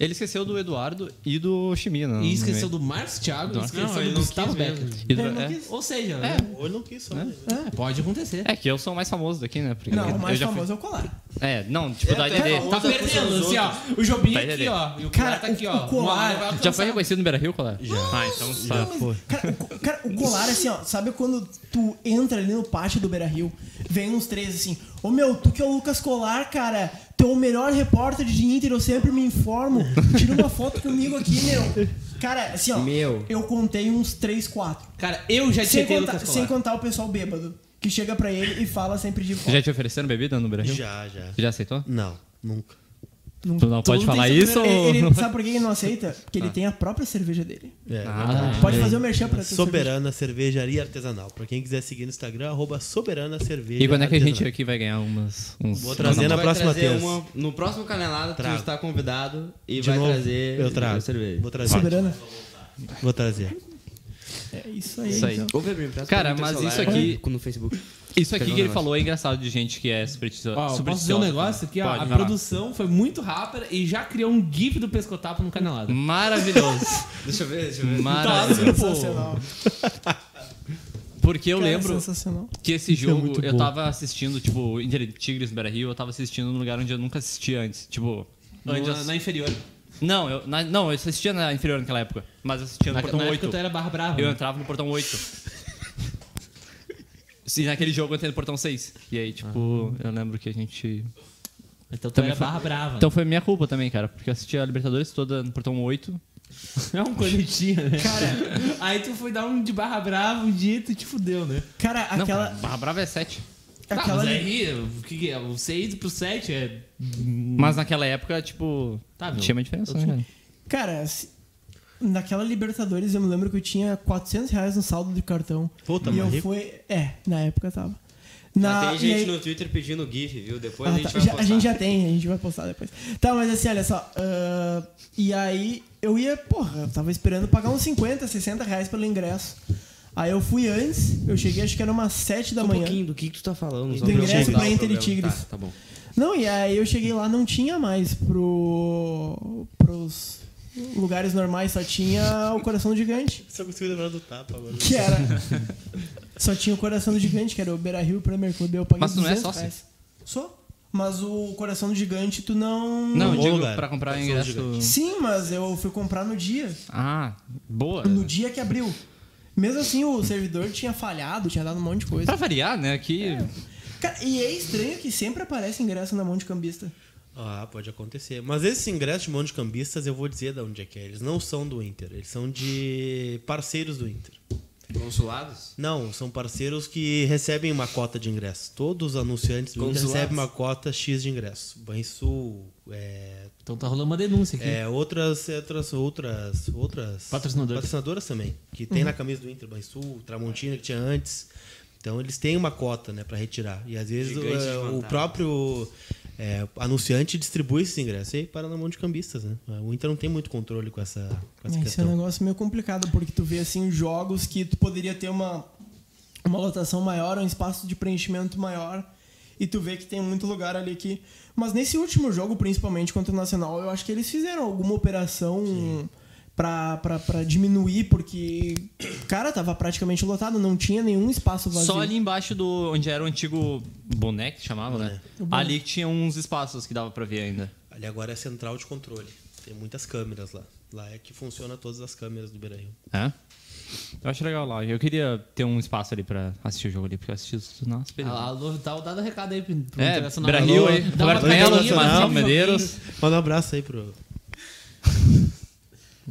S1: Ele esqueceu do Eduardo e do Chimina.
S5: E esqueceu do Marcos Thiago,
S4: Não,
S5: esqueceu
S4: ele
S5: do
S4: não
S5: Gustavo
S4: quis mesmo.
S5: Becker.
S1: E do...
S3: Ele não
S1: É.
S3: quis.
S5: Ou seja, né?
S2: Ou ele não quis só. né?
S5: pode acontecer.
S1: É que eu sou o mais famoso daqui, né? Porque
S3: Não,
S1: eu
S3: o mais
S1: já fui-
S3: famoso é o Colar.
S1: É, não, tipo, da IDD.
S5: Tá perdendo, assim, ó. O Jobim
S1: Tá
S5: aqui,
S1: entendendo.
S5: ó. E o
S3: Cara,
S5: cara tá aqui, ó.
S3: o colar-
S5: Uma hora vai
S1: Já
S5: alcançar.
S1: foi reconhecido no Beira Rio, Colar? Já. Ah, então
S2: Já
S1: sabe.
S2: foi.
S3: Cara, o, co- cara, o colar, assim, ó, sabe quando tu entra ali no pátio do Beira Rio, vem uns três assim, ô meu, tu que é o Lucas Colar, cara, tu é o melhor repórter de Inter, eu sempre me informo, tira uma foto comigo aqui, meu. Cara, assim, ó,
S4: Meu.
S3: eu contei uns três, quatro.
S5: Cara, eu já
S3: Sem
S5: tinha
S3: contar,
S5: Lucas
S3: sem
S5: Colar.
S3: contar o pessoal bêbado, que chega pra ele e fala sempre de
S1: Tu
S3: foto.
S1: Já te ofereceram bebida no Beira Rio?
S2: Já, já.
S1: Tu já aceitou?
S2: Não, nunca.
S1: Tu não pode
S5: tem
S1: falar
S5: essa
S1: isso Ah. ou...
S3: Ele,
S1: (laughs)
S3: ele- sabe por que ele não aceita? Porque ele tem a própria cerveja dele.
S2: É,
S1: Ah.
S3: Pode fazer o merchan pra essa cerveja.
S2: Soberana Cervejaria Artesanal. Pra quem quiser seguir no Instagram, arroba Soberana Cerveja
S1: E quando é que a gente
S2: Artesanal.
S1: aqui vai ganhar umas... Uns...
S2: Vou trazer na
S4: vai
S2: próxima
S4: trazer
S2: terça.
S4: uma- no próximo Canelada,
S2: Trago.
S4: tu está convidado e
S2: De
S4: vai
S2: novo,
S4: trazer
S2: eu trago.
S4: cerveja.
S2: Vou trazer.
S3: Soberana.
S2: Vou trazer.
S3: É isso aí.
S1: Isso aí.
S3: então.
S4: Ô, Febrinho, presta
S1: Cara,
S4: pra mim teu
S1: mas isso
S4: celular
S1: aqui-
S4: No Facebook.
S1: Isso aqui
S4: Pegou
S1: que
S4: um
S1: ele
S4: negócio.
S1: falou é engraçado de gente que é supersticio-
S5: Ó,
S1: supersticiosa.
S5: posso dizer um negócio aqui, ó.
S1: Pode,
S5: a
S1: vai lá.
S5: produção foi muito rápida e já criou um GIF do pescotapo no canalado.
S1: Hum. Maravilhoso.
S4: Deixa eu ver, deixa eu ver.
S1: Maravilhoso.
S3: Sensacional.
S1: Porque eu
S3: Tá, Cara,
S1: lembro
S3: Sensacional.
S1: que esse
S7: é
S1: jogo
S7: muito
S1: eu
S7: bom.
S1: tava assistindo, tipo, Inter e Tigres Beira Rio, eu tava assistindo num lugar onde eu nunca assisti antes. Tipo, antes eu-
S5: Na, na inferior.
S1: Não, eu, na- não, eu assistia na inferior naquela época, mas eu assistia no
S5: Na,
S1: portão
S5: na
S1: 8.
S5: época Então, tu era barra brava.
S1: Eu
S5: né?
S1: entrava no portão
S5: (laughs)
S1: 8. Sim, naquele jogo eu entrei no portão 6. E aí, tipo,
S5: Ah.
S1: eu lembro que a gente.
S5: Então tu
S1: Também
S5: era
S1: foi-
S5: barra brava.
S1: Então foi minha culpa também, cara, porque eu assistia a Libertadores toda no portão 8.
S5: é um coletinho, né? Cara, aí tu foi dar um de barra brava um dia e tu te fudeu, né?
S3: Cara,
S1: Não,
S3: aquela.
S1: Barra Brava é 7.
S3: aquela
S5: tá, mas aí, o que que é? O 6 pro 7 é...
S1: Mas naquela época, tipo,
S5: Tá, meu.
S1: tinha uma diferença, né? cara?
S3: Cara, se- naquela Libertadores eu me lembro que eu tinha 400 reais no saldo do cartão.
S2: Puta,
S3: e
S2: mas
S3: eu
S2: rico.
S3: fui. É, na época eu tava. Na,
S4: tem
S3: e
S4: gente
S3: aí-
S4: no Twitter pedindo GIF, viu? Depois
S3: Ah,
S4: a gente
S3: tá.
S4: vai
S3: Já-
S4: postar.
S3: gente já tem, a gente vai postar depois. Tá, mas assim, olha só. ahn, e aí eu ia, porra, eu tava esperando pagar uns 50, 60 reais pelo ingresso. Aí eu fui antes, eu cheguei, acho que era umas 7 da
S4: Um
S3: manhã.
S4: pouquinho do que, que tu tá falando. só
S3: Do
S4: pra eu
S3: ingresso
S4: entender
S3: pra
S4: o
S3: Inter e
S4: problema.
S3: Tigres.
S4: Tá, tá bom.
S3: Não, e aí eu cheguei lá, não tinha mais pro. pros lugares normais, só tinha o coração gigante.
S2: Só consigo lembrar do tapa agora.
S1: (laughs)
S3: Que era. Só tinha o coração do gigante, que era o Beira Rio Premier Club. Eu paguei
S1: Mas tu não é
S3: 200
S1: sócio?
S3: reais. Sou. Mas o coração do gigante, tu não.
S1: Não,
S2: bom
S1: eu digo
S2: lugar.
S1: pra
S5: tá
S1: comprar
S2: Passou
S5: né?
S1: ingresso.
S2: gigante.
S3: Sim, mas eu fui comprar no dia.
S5: Tá
S1: Ah, boa.
S3: No dia que abriu. Mesmo assim, o servidor tinha falhado, tinha dado um monte de
S6: Pra
S1: Tá.
S3: coisa.
S6: variar, né? Aqui.
S5: É.
S3: Cara, e é estranho que sempre aparece ingresso na mão de cambista.
S2: Ah, pode acontecer. Mas esses ingressos de mão de cambistas, eu vou dizer de onde é que é. Eles não são do Inter, eles são de parceiros do Inter.
S4: Consulados?
S2: Não, são parceiros que recebem uma cota de ingresso. Todos os anunciantes do
S4: Consulados.
S2: Inter recebem uma cota X de ingresso. Banrisul, é,
S5: Então tá rolando uma denúncia aqui.
S2: é, outras, outras, outras, outras
S5: Patrocinadoras.
S2: patrocinadoras também, que tem na camisa do Inter, Banrisul, Tramontina, que tinha antes. Então eles têm uma cota né, para retirar. E às vezes
S4: Gigante de
S2: é, o
S4: vantagem.
S2: próprio é, anunciante distribui esses ingressos aí para na mão de cambistas. Né? O Inter não tem muito controle com essa, com essa
S3: Esse é um
S2: questão.
S3: negócio meio complicado, porque tu vê assim jogos que tu poderia ter uma, uma lotação maior, um espaço de preenchimento maior, e tu vê que tem muito lugar ali que. Mas nesse último jogo, principalmente contra o Nacional, eu acho que eles fizeram alguma operação pra, pra, pra diminuir, porque, cara, tava praticamente lotado, não tinha nenhum espaço vazio.
S6: Só ali embaixo do. onde era o antigo boné que chamava, né?
S3: É.
S6: Ali que tinha uns espaços que dava pra ver ainda.
S2: Ali agora é central de controle. Tem muitas câmeras lá. Lá é que funciona todas as câmeras do Beira Rio.
S6: É? Eu acho legal lá. Eu queria ter um espaço ali pra assistir o jogo ali, porque eu assisti isso na
S5: Ah,
S6: ah,
S5: Alô, tá dado o recado aí pro pro
S6: É,
S5: Internacional.
S6: Brasil
S5: Alô,
S6: aí,
S5: dá uma
S6: Roberto Melo,
S5: palhinha,
S2: Marcelo
S5: Marcelo
S6: Medeiros.
S2: Manda um abraço aí pro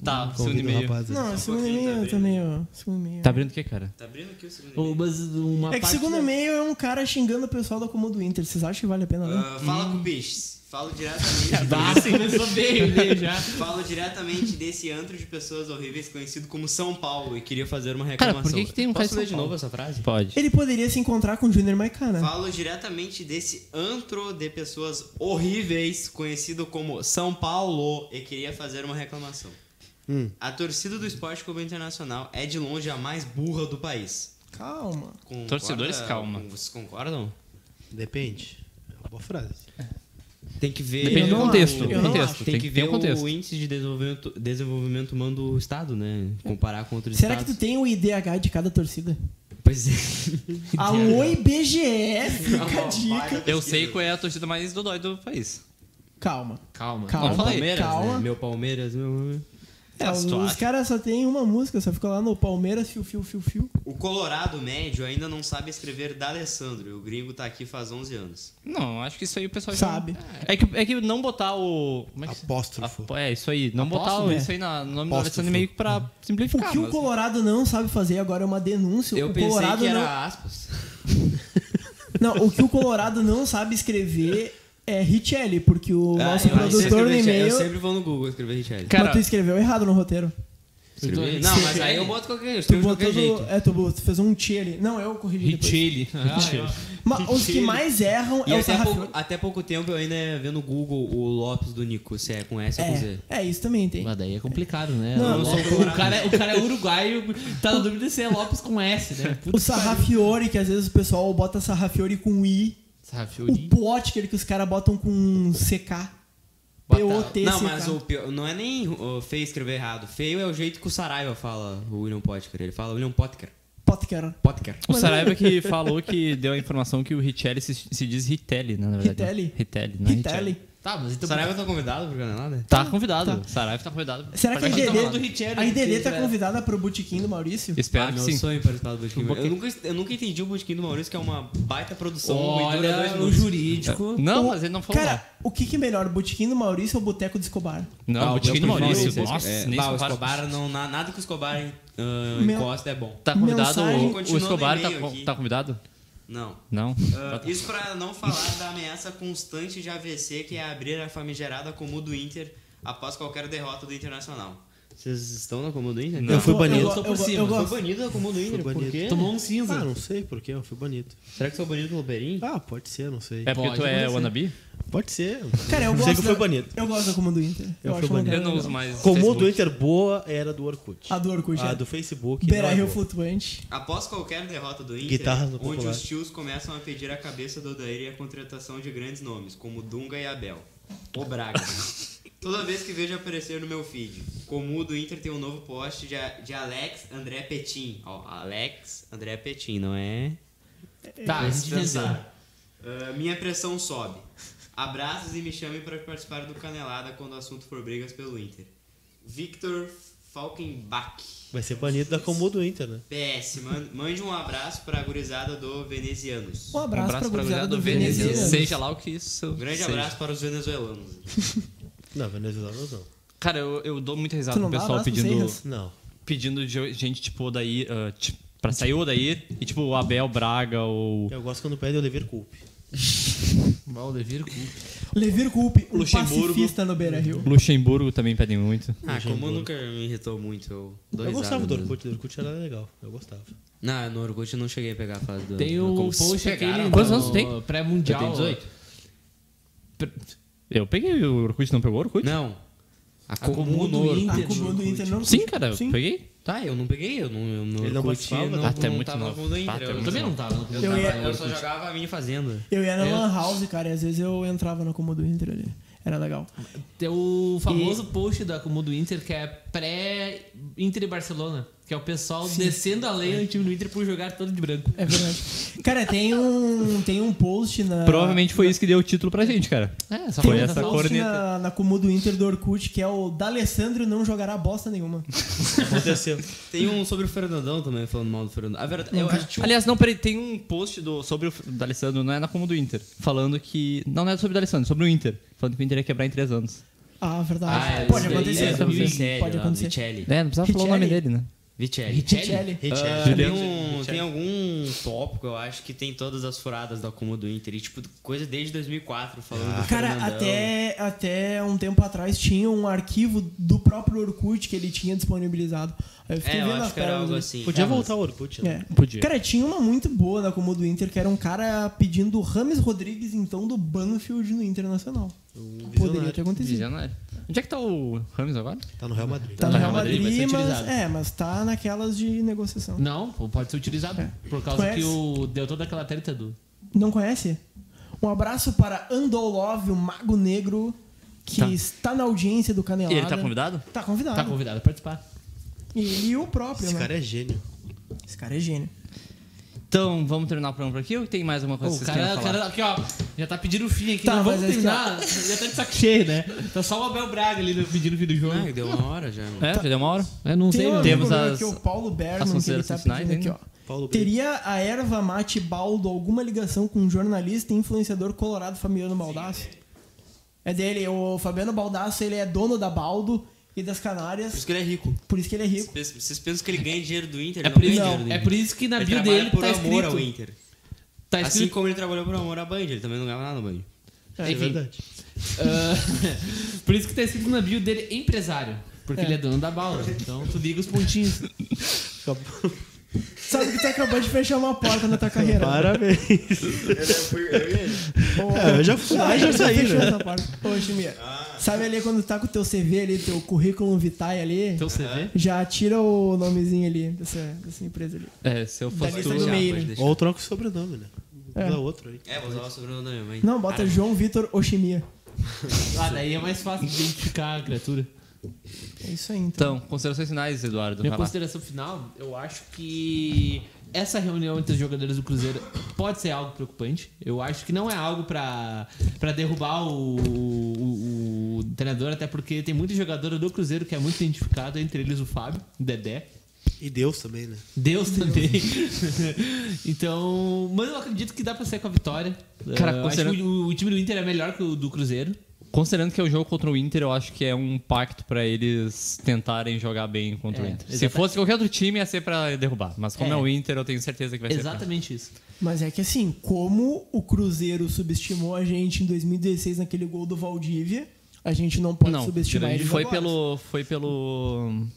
S6: Tá, segundo
S2: convido o
S6: e-mail.
S2: rapaz. aí.
S3: Não, segundo e-mail também, ó. Segundo e-mail.
S6: Tá abrindo o que, cara?
S4: Tá abrindo aqui o segundo
S5: Ô, mas uma
S3: É que
S5: parte
S3: segundo
S5: da-
S3: e-mail é um cara xingando o pessoal da Comando Inter. Vocês acham que vale a pena né? ler?
S4: Ah, fala com o Biches. Falo diretamente.
S5: Bah,
S3: assim.
S5: começou bem, né, já.
S4: Falo diretamente desse antro de pessoas horríveis conhecido como São Paulo e queria fazer uma
S6: Cara,
S4: reclamação.
S6: por que, que tem um cara
S4: Posso
S6: de
S4: ler
S6: São
S4: de
S6: Paulo?
S4: novo essa frase?
S6: Pode.
S3: Ele poderia se encontrar com o Junior Maiká, né?
S4: Falo diretamente desse antro de pessoas horríveis conhecido como São Paulo e queria fazer uma reclamação. A torcida do Esporte Clube Internacional é de longe a mais burra do país.
S3: Calma.
S4: Concorda-
S6: Torcedores, calma.
S4: com- Vocês concordam?
S2: Depende. É uma boa frase.
S4: Tem que ver.
S6: Depende do
S3: não
S6: contexto.
S3: acho, eu
S6: do
S3: não
S6: contexto.
S4: Tem que ver
S6: o um contexto.
S4: o índice de desenvolvimento, desenvolvimento humano do Estado, né?
S6: É.
S4: Comparar com outros
S3: Será que
S4: estados.
S3: tu tem um o IDH de cada
S4: (laughs)
S3: torcida? Ah, um
S4: Pois é.
S3: Alô, IBGE, (laughs) fica a dica.
S6: Eu sei qual é a torcida mais dodói do país.
S3: Calma.
S5: Calma.
S3: Calma.
S6: Não, fala aí.
S4: Palmeiras,
S3: Calma.
S4: né? Meu Palmeiras, meu...
S3: É, os
S6: situação.
S3: caras só tem uma música, só ficou lá no Palmeiras, fio, fio, fio, fio.
S4: O Colorado médio ainda não sabe escrever D'Alessandro. e O gringo tá aqui faz 11 anos.
S6: Não, acho que isso aí o pessoal já-
S3: Sabe?
S6: É que, é que não botar o. Como é que se-
S2: Apóstrofo.
S6: Apo- É, isso aí. Não botar o-
S3: né?
S6: isso aí na, no nome da
S2: Apóstrofo.
S6: versão meio que pra
S3: O
S6: simplificar.
S3: que Hum. o
S6: mas-
S3: Colorado não sabe fazer agora é uma denúncia.
S4: Eu
S3: o
S4: pensei
S3: Colorado
S4: que era aspas.
S3: (laughs) não... não, o que o Colorado não sabe escrever é Richelli, porque o
S4: Ah,
S3: nosso
S4: eu não sei
S3: produtor no
S4: escrever Richelli, Eu
S3: e-mail.
S4: sempre vou no Google escrever Richard.
S6: Cara-
S3: Mas tu escreveu errado no roteiro.
S4: Escrever? Não, mas aí eu boto qualquer, eu
S3: Tu
S4: escrevo de
S3: botou.
S4: qualquer jeito.
S3: do- É, tu botou- tu fez um Tchele. Não, eu corrigi depois.
S5: Richelli.
S3: Mas os que mais erram
S4: Ah, é. E
S3: é o
S4: até
S3: Sarrafiori.
S4: pouco, até pouco tempo eu ainda vendo no Google o Lopes do Nico, se é com S ou com Z.
S3: É, é, isso também tem.
S5: Mas daí é complicado, né?
S3: Não,
S5: o,
S3: eu sou
S5: Lopes- o cara, o cara é uruguaio, tá na dúvida se é Lopes com S, né?
S3: (laughs) O Sarrafiori, que às vezes o pessoal bota Sarrafiori com I. O
S5: Sarrafiori.
S3: plot que, ele, que os caras botam com CK. P-O-T-C-K.
S4: Não, mas o pior, não é nem o feio escrever errado. Feio é o jeito que o Saraiva fala, o William Potker. Ele fala William Potker.
S3: Potker.
S4: Potker.
S6: O Saraiva que falou que deu a informação que o Richelli se, se diz Ritelli, né, na verdade.
S3: Ritelli.
S6: Ritelli, não é Richelli.
S3: Ritelli.
S5: Tá, mas
S4: O
S5: então.
S4: Saraiva tá convidado pro Granada?
S6: Tá convidado. Saraiva tá convidado.
S3: Será que
S6: Pra-
S3: a
S5: gente tá
S3: IDD,
S5: falando do Richelli,
S3: a IDD
S5: Richelli,
S3: tá
S5: né?
S3: convidada pro botequim do Maurício?
S6: Espero
S4: ah,
S6: que
S1: um
S4: meu
S6: sim.
S4: sonho é participar do Botequim. Eu nunca, eu nunca entendi o Botequim do Maurício, que é uma baita produção. e dura dois
S5: Olha, o
S4: minutos.
S5: jurídico.
S6: Não,
S3: O-
S6: mas ele não falou.
S3: Cara, o que, que é melhor, o botequim do Maurício ou o boteco do Escobar?
S6: não,
S4: Ah,
S1: é
S6: não o Botequim do
S4: Botequim
S6: Maurício. Nossa,
S4: é,
S6: nem
S4: bah, o
S6: Escobar-
S4: Escobar, não, na- nada que o Escobar ah,
S3: Meu-
S4: encosta é bom.
S6: Tá convidado.
S3: Mensagem-
S6: O, o
S4: Continuando
S6: Escobar
S4: o
S6: tá,
S4: e-mail
S6: con-
S4: aqui.
S6: tá convidado?
S4: Não.
S6: Não.
S1: Tá,
S4: Ah, isso pra não falar da ameaça constante de AVC, que é abrir a famigerada comum do Inter após qualquer derrota do Internacional. Vocês estão na comum do Inter?
S2: Eu fui
S3: Eu-
S2: banido.
S3: Eu,
S5: Tô
S3: eu,
S5: por
S3: eu,
S5: cima.
S3: eu gosto.
S4: banido da comum do Inter,
S2: Fui banido.
S5: Tomou um cinza.
S2: Ah, não sei porquê, eu fui banido.
S4: Será que sou banido pelo Berim?
S2: Ah, pode ser, não sei.
S6: É porque
S5: Pode
S6: tu é
S5: acontecer.
S6: wannabe?
S2: Pode ser.
S3: Cara, eu
S2: Não
S3: gosto.
S2: sei que foi
S3: da-
S2: banido.
S3: Eu gosto da Comando Inter.
S2: Eu
S3: Eu,
S2: fui
S3: acho uma
S2: banido.
S6: Eu
S3: grande
S6: não uso
S3: legal.
S6: mais.
S2: Comum do
S6: Facebook.
S2: Inter boa era do Orkut.
S3: A do Orkut.
S2: A
S3: é.
S2: do Facebook. não
S3: Beira
S2: é
S3: Rio
S2: boa.
S3: Flutuante.
S4: Após qualquer derrota do Inter,
S2: Guitarras do
S4: onde
S2: popular.
S4: os tios começam a pedir a cabeça do Odair e a contratação de grandes nomes, como Dunga e Abel.
S2: (laughs)
S4: O Braga. Toda vez que vejo aparecer no meu feed, comum do Inter tem um novo post de, de Alex André Petin. Ó, Alex André Petin, não é?
S5: Tá, a gente entendeu.
S4: Dispensado. Ah, minha pressão sobe. Abraços e me chamem para participar do Canelada quando o assunto for brigas pelo Inter. Victor Falkenbach.
S2: Vai ser banido da Comú do Inter, né?
S4: PS, man- mande um abraço pra gurizada do Venezianos.
S3: Um abraço, pra
S1: pra
S3: gurizada do
S1: veneziano.
S3: Veneziano.
S1: Seja lá o que isso.
S4: Um grande
S1: seja.
S4: abraço para os venezuelanos.
S2: Não, venezuelanos não.
S1: Cara, eu, eu dou muita risada
S3: Tu não
S1: pro
S3: dá
S1: pessoal
S3: abraço pro
S1: pedindo,
S3: Seixas?
S2: Não.
S1: pedindo de- gente tipo Odair. ah, ti- pra sair o Odair e tipo o Abel Braga ou.
S2: Eu gosto quando pede o Oliver Culpe.
S5: Mal devir
S3: Levir Culpe, um
S1: Luxemburgo.
S3: pacifista no Beira-Rio.
S1: Luxemburgo também pedem muito.
S4: Ah, como nunca me irritou muito, eu dou
S2: Eu gostava do
S4: risada mesmo.
S2: Orkut, do Orkut era legal. Eu gostava.
S4: Não, no Orkut eu não cheguei a pegar a fase do...
S5: Tem
S4: do
S5: o
S4: como-
S5: post aquele.
S1: Quantos
S5: do
S1: anos tu tem?
S5: Pré-mundial.
S1: Eu tenho 18. Eu peguei o Orkut, não pegou o Orkut?
S4: Não. A,
S5: Comú
S4: Comú
S5: do
S4: no Orkut.
S5: Inter.
S3: A Cuba do Inter não
S1: Sim, cara, eu
S3: Sim.
S1: peguei.
S4: Tá, eu não peguei, eu não, eu não
S2: Ele não participava, né?
S1: Ah, tu é muito
S4: tava
S1: novo.
S4: no Inter,
S1: Ah, tu é
S4: eu
S5: Eu
S1: muito
S5: também não tava. Eu,
S3: Eu
S5: tava
S3: ia-
S5: no
S4: Eu só
S5: Orkut.
S4: jogava a minha fazenda.
S3: Eu
S1: É.
S3: ia na
S5: Eu-
S3: Lan House, cara, e às vezes eu entrava na Comú do Inter ali. Era legal.
S5: Tem o famoso post da Comú do Inter, que é pré-Inter e Barcelona. Que é o pessoal descendo a lei no time do Inter por jogar todo de branco.
S3: É verdade. cara, tem um, tem um post na.
S1: Ah, Provavelmente foi isso que deu o título pra gente, cara.
S5: É, só
S3: tem
S1: foi
S3: um
S1: essa
S3: post
S1: corneta.
S3: na, na Comú do Inter do Orkut que é o D'Alessandro não jogará bosta nenhuma.
S2: Aconteceu.
S4: Tem um sobre o Fernandão também, falando mal do Fernandão. A verdade, eu acho que tinha um-
S1: Aliás, não, peraí, tem um post do, sobre o D'Alessandro, não é na como do Inter, falando que. Não, não é sobre o D'Alessandro, é sobre o Inter. Falando que o Inter ia quebrar em três anos.
S3: Ah, verdade.
S4: Ah, é,
S3: Pode
S4: isso daí
S3: acontecer.
S4: é do
S3: pode acontecer.
S4: Vicelli
S3: Pode
S4: lá,
S3: acontecer.
S4: Vicelli.
S1: É, não precisava falar o nome
S3: Richelli.
S1: dele, né?
S4: Vicelli.
S3: Richelli.
S4: Ah,
S2: Richelli.
S4: tem, um, tem algum tópico, eu acho, que tem todas as furadas da Coma do Inter. E, tipo, coisa desde 2004 falando
S5: Ah.
S4: do
S3: Cara,
S4: Fernandão.
S3: até, até um tempo atrás tinha um arquivo do próprio Orkut que ele tinha disponibilizado. Aí eu fiquei
S4: É, eu
S3: vendo as
S4: acho que era
S3: pérolas
S4: algo
S3: ali.
S4: assim.
S2: Podia
S4: É, mas-
S2: voltar o Orkut, né?
S3: É.
S1: Podia.
S3: Cara, tinha uma muito boa na Comú do Inter, que era um cara pedindo o Rames Rodrigues, então, do Banfield no Internacional.
S2: Um
S3: Poderia ter acontecido.
S1: Visionário. Onde é que tá o Ramos agora?
S2: Tá no Real Madrid.
S3: Tá no Real Madrid,
S5: vai ser
S3: mas,
S5: utilizado.
S3: é, mas tá naquelas de negociação.
S5: Não, pô, pode ser utilizado. Por causa
S3: É. Conhece?
S5: que o deu toda aquela treta do.
S3: Não conhece? Um abraço para Andolov, o Mago Negro, que
S1: Tá.
S3: está na audiência do Canelada.
S1: E ele tá convidado?
S3: Tá convidado.
S5: Tá convidado a participar.
S3: E, e o próprio,
S2: Esse
S3: né?
S2: cara é gênio.
S3: Esse cara é gênio.
S1: Então, vamos terminar o programa por aqui ou tem mais alguma
S5: Pô,
S1: coisa
S5: o
S1: que vocês
S5: cara,
S1: querem
S5: o
S1: falar?
S5: cara aqui, ó, já tá pedindo o fim aqui.
S3: Tá,
S5: não
S3: mas
S5: vamos
S3: é isso que
S5: terminar. (laughs) Já tá de saco cheio, né? Tá só o Abel Braga ali no- pedindo o fim do jogo.
S4: Ah, deu uma hora já.
S1: É, já deu uma hora?
S5: Eu não
S3: Tem um amigo
S1: Temos
S3: meu
S1: as-
S3: aqui, o Paulo
S1: as
S3: Berman, que ele
S1: considerações
S3: tá
S1: finais
S3: pedindo aqui, ó.
S1: ainda?
S2: Paulo Brito.
S3: Teria a erva mate baldo alguma ligação com um jornalista e influenciador colorado Fabiano Baldasso? É dele, o Fabiano Baldasso, ele é dono da Baldo e das
S4: Por isso
S3: Canárias,
S4: que ele é rico.
S3: por isso que ele é rico.
S4: Vocês vocês pensam que ele ganha dinheiro do Inter?
S5: É
S4: Ele
S5: por,
S4: não
S5: isso,
S4: ganha dinheiro do
S5: é
S4: Inter.
S5: por isso que na
S4: ele
S5: bio
S4: trabalha
S5: dele
S4: por
S5: tá
S4: amor ao
S5: escrito.
S4: Inter.
S5: Tá
S4: Assim
S5: escrito.
S4: como ele trabalhou por amor à Band, ele também não ganhava nada na Band.
S2: É
S5: enfim,
S2: verdade.
S5: Ah, por isso que tá escrito na bio dele empresário. Porque ele é dono da bala. Então tu liga os pontinhos.
S3: Sabe que tu acabou de fechar uma porta na tua carreira.
S2: Parabéns.
S3: (laughs)
S2: É, eu já fui lá e já saí,
S3: fechou
S2: né?
S3: essa porta. Ô, Chimia, sabe ali quando tá com o teu CV ali, teu currículo vitae ali,
S5: Então você vê.
S3: já tira o nomezinho ali dessa, dessa empresa ali.
S1: É, se eu
S3: Da
S1: fosse
S3: lista
S1: tu.
S3: do
S4: pode
S3: Meire.
S4: deixar.
S2: Ou troca o sobrenome, né?
S3: É.
S2: Usa outro aí.
S4: É, vou usar o sobrenome da minha mãe.
S3: Não, bota João Vitor Oshimia.
S5: Ah, daí é mais fácil de identificar a criatura.
S3: É isso aí, então.
S1: Então, considerações finais, Eduardo.
S5: Minha
S1: vai lá.
S5: consideração final, eu acho que essa reunião entre os jogadores do Cruzeiro pode ser algo preocupante. Eu acho que não é algo pra pra derrubar o, o- o treinador, até porque tem muita jogadora do Cruzeiro que é muito identificado, entre eles o Fábio, o Dedé.
S2: E Deus também, né?
S5: Deus (laughs) também. então, mas eu acredito que dá pra sair com a vitória.
S1: Cara,
S5: Ah, eu acho
S1: considerando-
S5: que o, o time do Inter é melhor que o do Cruzeiro.
S1: Considerando que é o jogo contra o Inter, eu acho que é um pacto pra eles tentarem jogar bem contra o
S5: É,
S1: Inter. Se
S5: exatamente.
S1: fosse qualquer outro time, ia ser pra derrubar. Mas como é,
S5: É.
S1: o Inter, eu tenho certeza que vai ser.
S5: Exatamente isso.
S3: Mas é que assim, como o Cruzeiro subestimou a gente em 2016 naquele gol do Valdívia, a gente não pode
S1: Não,
S3: subestimar
S1: grande-
S3: ele
S1: foi
S3: agora.
S1: pelo, foi pelo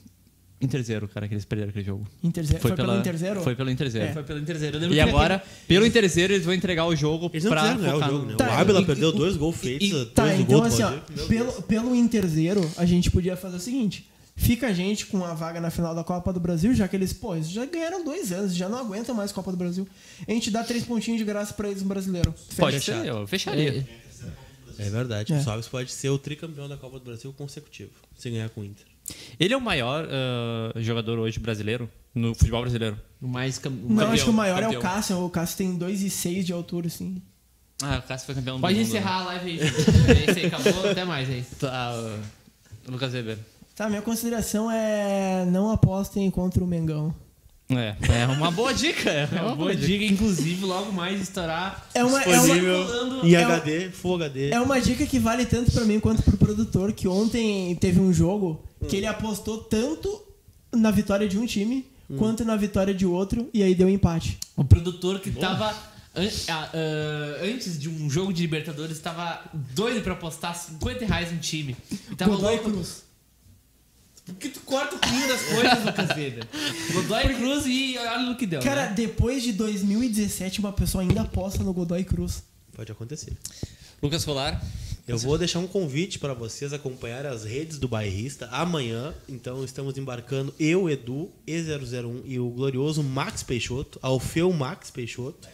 S1: Inter Zero, cara, que eles perderam aquele jogo.
S3: Inter Zero- É, foi pelo Inter Zero?
S1: Foi pelo Inter Zero.
S3: É.
S5: Foi pelo Inter Zero. Eu lembro
S1: E
S5: que
S1: agora, pelo Inter Zero, eles vão entregar o jogo
S2: Eles não
S1: pra
S2: quiseram ganhar o
S1: focar
S2: jogo,
S1: no...
S2: né?
S3: Tá,
S2: o Ábila
S3: e-
S2: perdeu
S3: e-
S2: dois gols feitos, dois
S3: Tá,
S2: do
S3: então
S2: gol do
S3: assim, ó,
S2: Valdir. Meu
S3: pelo, pelo Inter Zero, a gente podia fazer o seguinte: fica a gente com a vaga na final da Copa do Brasil, já que eles, pô, eles já ganharam dois anos, já não aguentam mais Copa do Brasil. A gente dá três pontinhos de graça pra eles no brasileiro.
S1: Pode ser, eu fecharia.
S2: É verdade.
S3: É.
S2: O Salves pode ser o tricampeão da Copa do Brasil consecutivo, se ganhar com o Inter.
S1: Ele é o maior ah, jogador hoje brasileiro, no futebol brasileiro.
S5: O mais cam- o
S3: Não,
S5: mais-
S3: acho que o maior é o
S1: campeão.
S3: Cássio. O Cássio tem 2,6 de altura, assim.
S1: Ah, o Cássio foi campeão do
S5: Pode
S1: mundo.
S5: encerrar a live aí. gente. É isso aí, acabou. Até mais aí.
S1: Tá, ah, Lucas Weber.
S3: Tá, minha consideração é não apostem contra o Mengão.
S6: É, é uma boa dica. É
S5: É
S6: uma boa dica.
S5: dica, inclusive, logo mais estourar.
S3: É uma, é, uma,
S2: Disponível
S5: rolando-
S2: em
S3: é um-
S2: HD, Full HD.
S3: é uma dica que vale tanto pra mim quanto pro produtor, que ontem teve um jogo
S2: Hum.
S3: que ele apostou tanto na vitória de um time
S2: Hum.
S3: quanto na vitória de outro, e aí deu empate.
S5: O produtor que tava. an- ah, ah, antes de um jogo de Libertadores, tava doido pra apostar 50 reais Tá no time. E tava
S3: Godoy
S5: louco.
S3: Cruz.
S5: Por que tu corta o caminho das coisas, Lucas Weber? Godoy Cruz e olha no que deu.
S3: Cara,
S5: né?
S3: depois de 2017, uma pessoa ainda aposta no Godoy Cruz.
S2: Pode acontecer.
S1: Lucas Colar.
S2: Eu vou deixar um convite para vocês acompanhar as redes do Bairrista amanhã. Então estamos embarcando eu, Edu, E001 e o glorioso Max Peixoto, Alfeu Max Peixoto,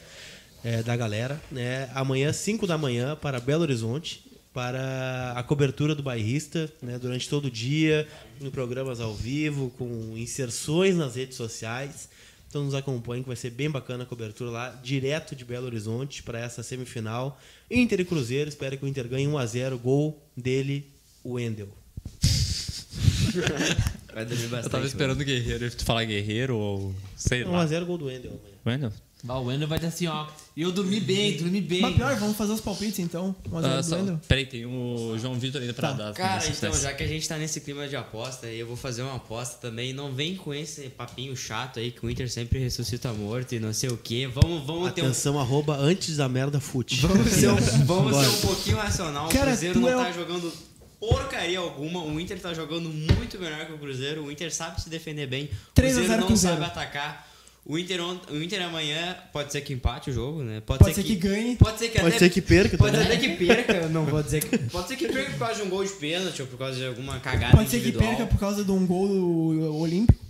S2: é, da galera. Né? Amanhã, 5 da manhã, para Belo Horizonte, para a cobertura do Bairrista, né? durante todo o dia, em programas ao vivo, com inserções nas redes sociais. Então nos acompanhem que vai ser bem bacana a cobertura lá, direto de Belo Horizonte para essa semifinal. Inter e Cruzeiro, espero que o Inter ganhe 1 a 0 gol dele, o Wendel.
S4: Vai dormir bastante.
S1: Eu tava esperando o Guerreiro. Tu falar Guerreiro ou sei
S2: 1 É a
S1: lá.
S2: 0 gol do Wendel. amanhã.
S6: é
S1: Wendel?
S5: Bah, o Wendel vai dizer assim, ó. Eu dormi bem, dormi bem.
S3: Mas pior, vamos fazer os palpites então. Mas
S1: Ah,
S3: é do
S1: só-
S3: Wendel.
S1: Peraí, tem o João Vitor ainda pra
S3: Tá.
S1: dar.
S4: Cara,
S1: fazer
S4: então,
S1: sucesso.
S4: já que a gente tá nesse clima de aposta, eu vou fazer uma aposta também. Não vem com esse papinho chato aí que o Inter sempre ressuscita morto e não sei o quê. Vamos, vamos ter um.
S2: Atenção, arroba antes da merda fute.
S4: Vamos ser um, vamos ser um pouquinho racional.
S3: Cara,
S4: o Cruzeiro
S3: tu
S4: não
S3: é o-
S4: tá jogando porcaria alguma. O Inter tá jogando muito melhor que o Cruzeiro. O Inter sabe se defender bem. O
S3: 3 a
S4: Cruzeiro
S3: 0
S4: não
S3: Cruzeiro.
S4: sabe atacar. O Inter, ont- o Inter amanhã pode ser que empate o jogo, né? Pode,
S3: ser que ganhe.
S4: Pode ser que
S2: Pode
S4: até
S2: ser que perca
S4: Pode
S2: também.
S4: até que perca,
S3: (laughs)
S4: eu não vou dizer que. Pode ser que perca por causa de um gol de pênalti ou por causa de alguma cagada.
S3: Pode ser que
S4: individual.
S3: perca por causa de um gol do Olímpico.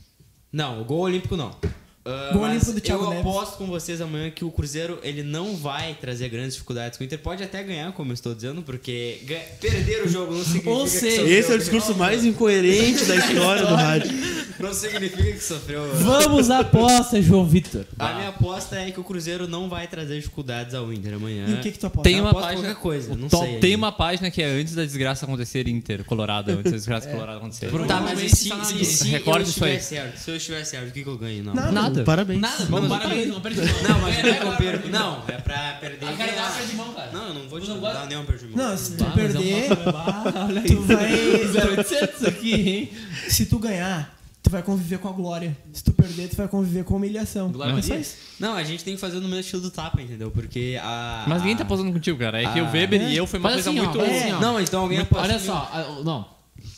S4: Não, o gol olímpico não. Ah,
S3: Gol
S4: mas
S3: olímpico do Thiago
S4: Eu
S3: Neves.
S4: aposto com vocês amanhã que o Cruzeiro ele não vai trazer grandes dificuldades. O Inter pode até ganhar, como eu estou dizendo, porque ga- perder o jogo não significa
S5: Ou
S4: que
S5: seja,
S4: sofreu.
S2: Esse é o discurso mais incoerente da história do rádio.
S4: (laughs) Não significa que sofreu.
S5: Vamos à aposta, João Vitor.
S4: A minha aposta é que o Cruzeiro não vai trazer dificuldades ao Inter amanhã.
S3: E o que que tu aposta?
S6: Tem
S4: Eu
S6: uma
S4: aposto
S6: página.
S4: qualquer coisa,
S6: o
S4: não
S6: Tom-
S4: sei
S6: Tem
S4: ainda.
S6: uma página que é antes da desgraça acontecer Inter, Colorado. Antes da desgraça Colorado acontecer.
S4: Tá, mas e
S5: Provavelmente
S4: se,
S5: tá na
S4: se, se
S5: lista.
S4: eu
S6: Recorda isso aí.
S4: estiver certo, se eu estiver certo, o que, que eu ganho? Não.
S3: Nada.
S6: Nada.
S2: Parabéns.
S5: Nada, não, parabéns, não perde mão.
S4: Não, mas
S5: É,
S4: não
S5: é,
S4: é com
S5: perde
S4: perda.
S5: mão.
S4: Não, é pra perder.
S5: A cara dá uma perde mão, cara.
S4: Não, eu não vou te
S5: não
S4: dar
S5: gosto.
S4: nenhum perda de mão.
S3: Não, se tu
S5: Ah, mas
S3: perder,
S5: é um problema. (laughs) Olha
S3: tu
S5: aí.
S3: vai.
S5: 0800 aqui, hein?
S3: se tu ganhar, tu vai conviver com a glória. Se tu perder, tu vai conviver com a humilhação.
S5: Glória
S3: é
S5: a
S3: só
S5: Deus.
S3: isso.
S4: Não, a gente tem que fazer no mesmo estilo do tapa, entendeu? Porque a.
S6: Mas ninguém tá
S4: a-
S6: posando contigo, cara. É que
S4: Ah.
S6: o Weber e eu foi uma
S5: Faz
S6: coisa
S5: assim, ó,
S6: muito.
S5: faz assim, ó.
S4: Não, então alguém aposta.
S5: Olha só, ah, não,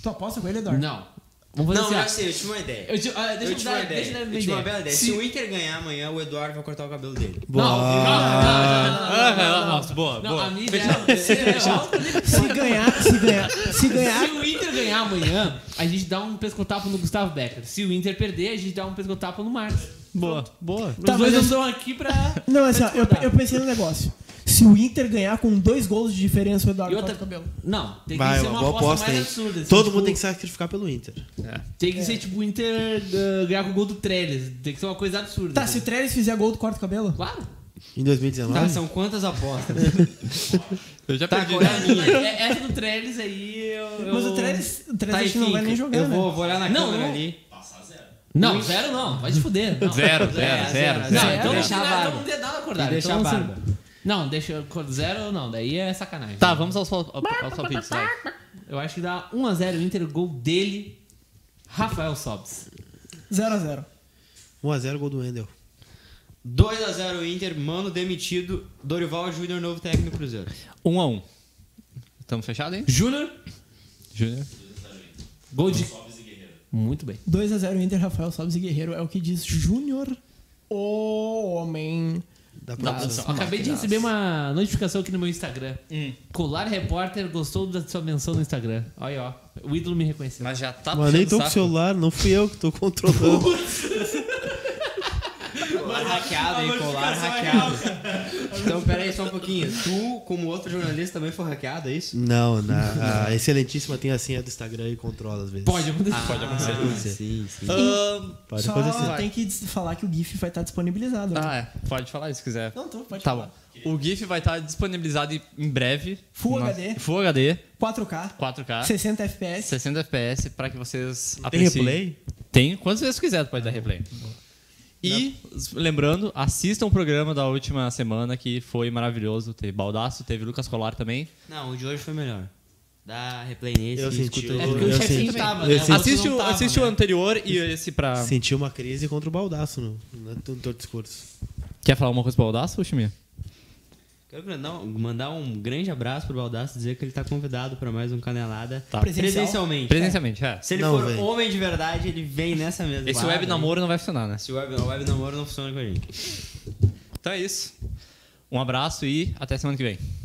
S3: Tu aposta com ele, Eduardo?
S5: não. Vamos fazer
S4: Não, já
S5: assim, ó.
S4: sei, eu tive uma ideia.
S5: Eu te, ah, deixa eu,
S4: eu tive
S5: dar,
S4: uma ideia.
S5: deixa eu dar
S4: eu tive uma bela ideia. Se
S5: Se-
S4: o Inter ganhar amanhã, o Eduardo vai cortar o cabelo dele.
S5: Não, não, não, não, não, não, não, não.
S6: Nossa, boa,
S5: Não, ah,
S6: boa.
S5: a minha ideia é-
S3: Se ganhar, se ganhar, se ganhar.
S5: Se o Inter ganhar amanhã, a gente dá um pescotapo no Gustavo Becker. Se o Inter perder, a gente dá um pescotapo no Marcos.
S6: Boa, boa.
S5: Os
S3: Tá,
S5: dois
S3: mas eu-
S5: andam aqui pra.
S3: Não, assim, ó, eu,
S5: discordar.
S3: eu pensei no negócio. Se o Inter ganhar com dois gols de diferença, o Eduardo
S5: E outra-
S3: corta o cabelo.
S5: Não, tem que
S2: Vai,
S5: ser
S2: uma
S5: uma
S2: boa
S5: aposta,
S2: aposta,
S5: mais
S2: hein?
S5: absurda. assim,
S2: Todo
S5: tipo,
S2: mundo tem que sacrificar pelo Inter.
S5: Tem que ser tipo o Inter uh, ganhar com o gol do Trellis. Tem que ser uma coisa absurda.
S3: Tá,
S5: assim.
S3: se o Trellis fizer gol, tu corta o cabelo?
S5: Claro.
S2: Em 2019.
S4: Tá, são quantas apostas?
S6: Eu já
S4: tá,
S6: perdi.
S4: qual é a minha?
S5: É- Essa do Trellis aí eu. eu-
S3: Mas o Trellis, o Trellis
S4: Tá,
S3: acho que
S4: enfim,
S3: não vai nem jogar,
S4: eu
S3: né?
S4: vou, vou olhar na
S5: Não,
S4: câmera
S5: não.
S4: ali.
S5: Não, zero não. Vai te fuder. não.
S6: Zero,
S4: É,
S6: zero, zero,
S5: Não,
S6: zero.
S5: então
S4: Deixa
S5: deixa
S4: a barba.
S5: Não dê nada acordado.
S4: E deixa
S5: então,
S4: a
S5: assim,
S4: barba.
S5: Não, deixa cor- zero não. Daí é sacanagem.
S6: Tá, vamos aos aos- aos palpites. vai.
S5: Eu acho que dá 1x0 Inter, gol dele, Rafael Sobs.
S3: 0x0.
S2: 1x0 gol do Wendel.
S4: 2x0 Inter, mano demitido. Dorival Júnior, novo técnico do Cruzeiro.
S6: Um a um. Estamos fechados, hein?
S5: Júnior,
S6: Júnior.
S5: gol de. Muito bem.
S3: 2x0 Inter, Rafael Sobes e Guerreiro. É o que diz Júnior, o homem.
S2: Da
S5: Eu
S2: produção.
S5: acabei de receber uma notificação aqui no meu Instagram. Colar Repórter gostou da sua menção no Instagram. Olha, ó. O ídolo me reconheceu.
S6: Mas já tá
S2: Mas nem
S6: puxando
S2: tô
S6: o
S2: com o
S6: saco.
S2: celular, não fui eu que tô controlando.
S4: Mas hackeado aí, colar hackeado. Então, pera aí só um pouquinho. Tu, como outro jornalista, também foi hackeado, é isso?
S2: (laughs) Não, na, a excelentíssima tem a senha do Instagram e controla às vezes.
S5: Pode acontecer.
S2: pode acontecer. Sim, sim.
S1: Ahn,
S2: Pode
S3: Só
S2: acontecer.
S3: tem que des- falar que o GIF vai estar disponibilizado.
S1: ah, é. Pode falar se quiser.
S3: Não, então pode
S1: Tá
S3: falar.
S1: bom. O GIF vai estar disponibilizado em- em breve.
S3: Full
S1: Nossa.
S3: HD.
S1: Full HD,
S3: 4K,
S1: 4K,
S3: 60 FPS.
S1: 60 FPS, pra que vocês
S2: Tem
S1: apreciem.
S2: replay? Tá
S1: Tem, quantas vezes quiser, tu pode dar replay. E, lembrando, assistam o programa da última semana, que foi maravilhoso. Teve Baldaço, teve Lucas Colar também.
S4: Não, o de hoje foi melhor. Dá replay nesse.
S2: Eu senti,
S4: escuta o-
S5: É porque o
S2: eu
S5: chefinho
S2: senti-
S5: tava,
S2: eu
S5: né?
S2: senti-
S5: Mas tu
S1: assiste
S5: não
S1: o,
S5: tava,
S1: assiste o
S5: né?
S1: anterior e esse pra...
S2: senti uma crise contra o baldaço no, no, no teu discurso.
S1: Quer falar alguma coisa pro Baldaço, Chimia?
S4: Quero mandar um, mandar um grande abraço pro Baldaço dizer que ele tá convidado pra mais um Canelada
S3: Presencial?
S4: presencialmente.
S1: Presencialmente, é.
S4: Se ele
S2: Tá. Não,
S4: for
S2: vem.
S4: homem de verdade, ele vem nessa mesa.
S1: Esse
S4: Claro,
S1: web
S4: né?
S1: namoro não vai funcionar, né?
S4: Esse web, o web namoro não funciona com a gente.
S1: Então é isso. Um abraço e até semana que vem.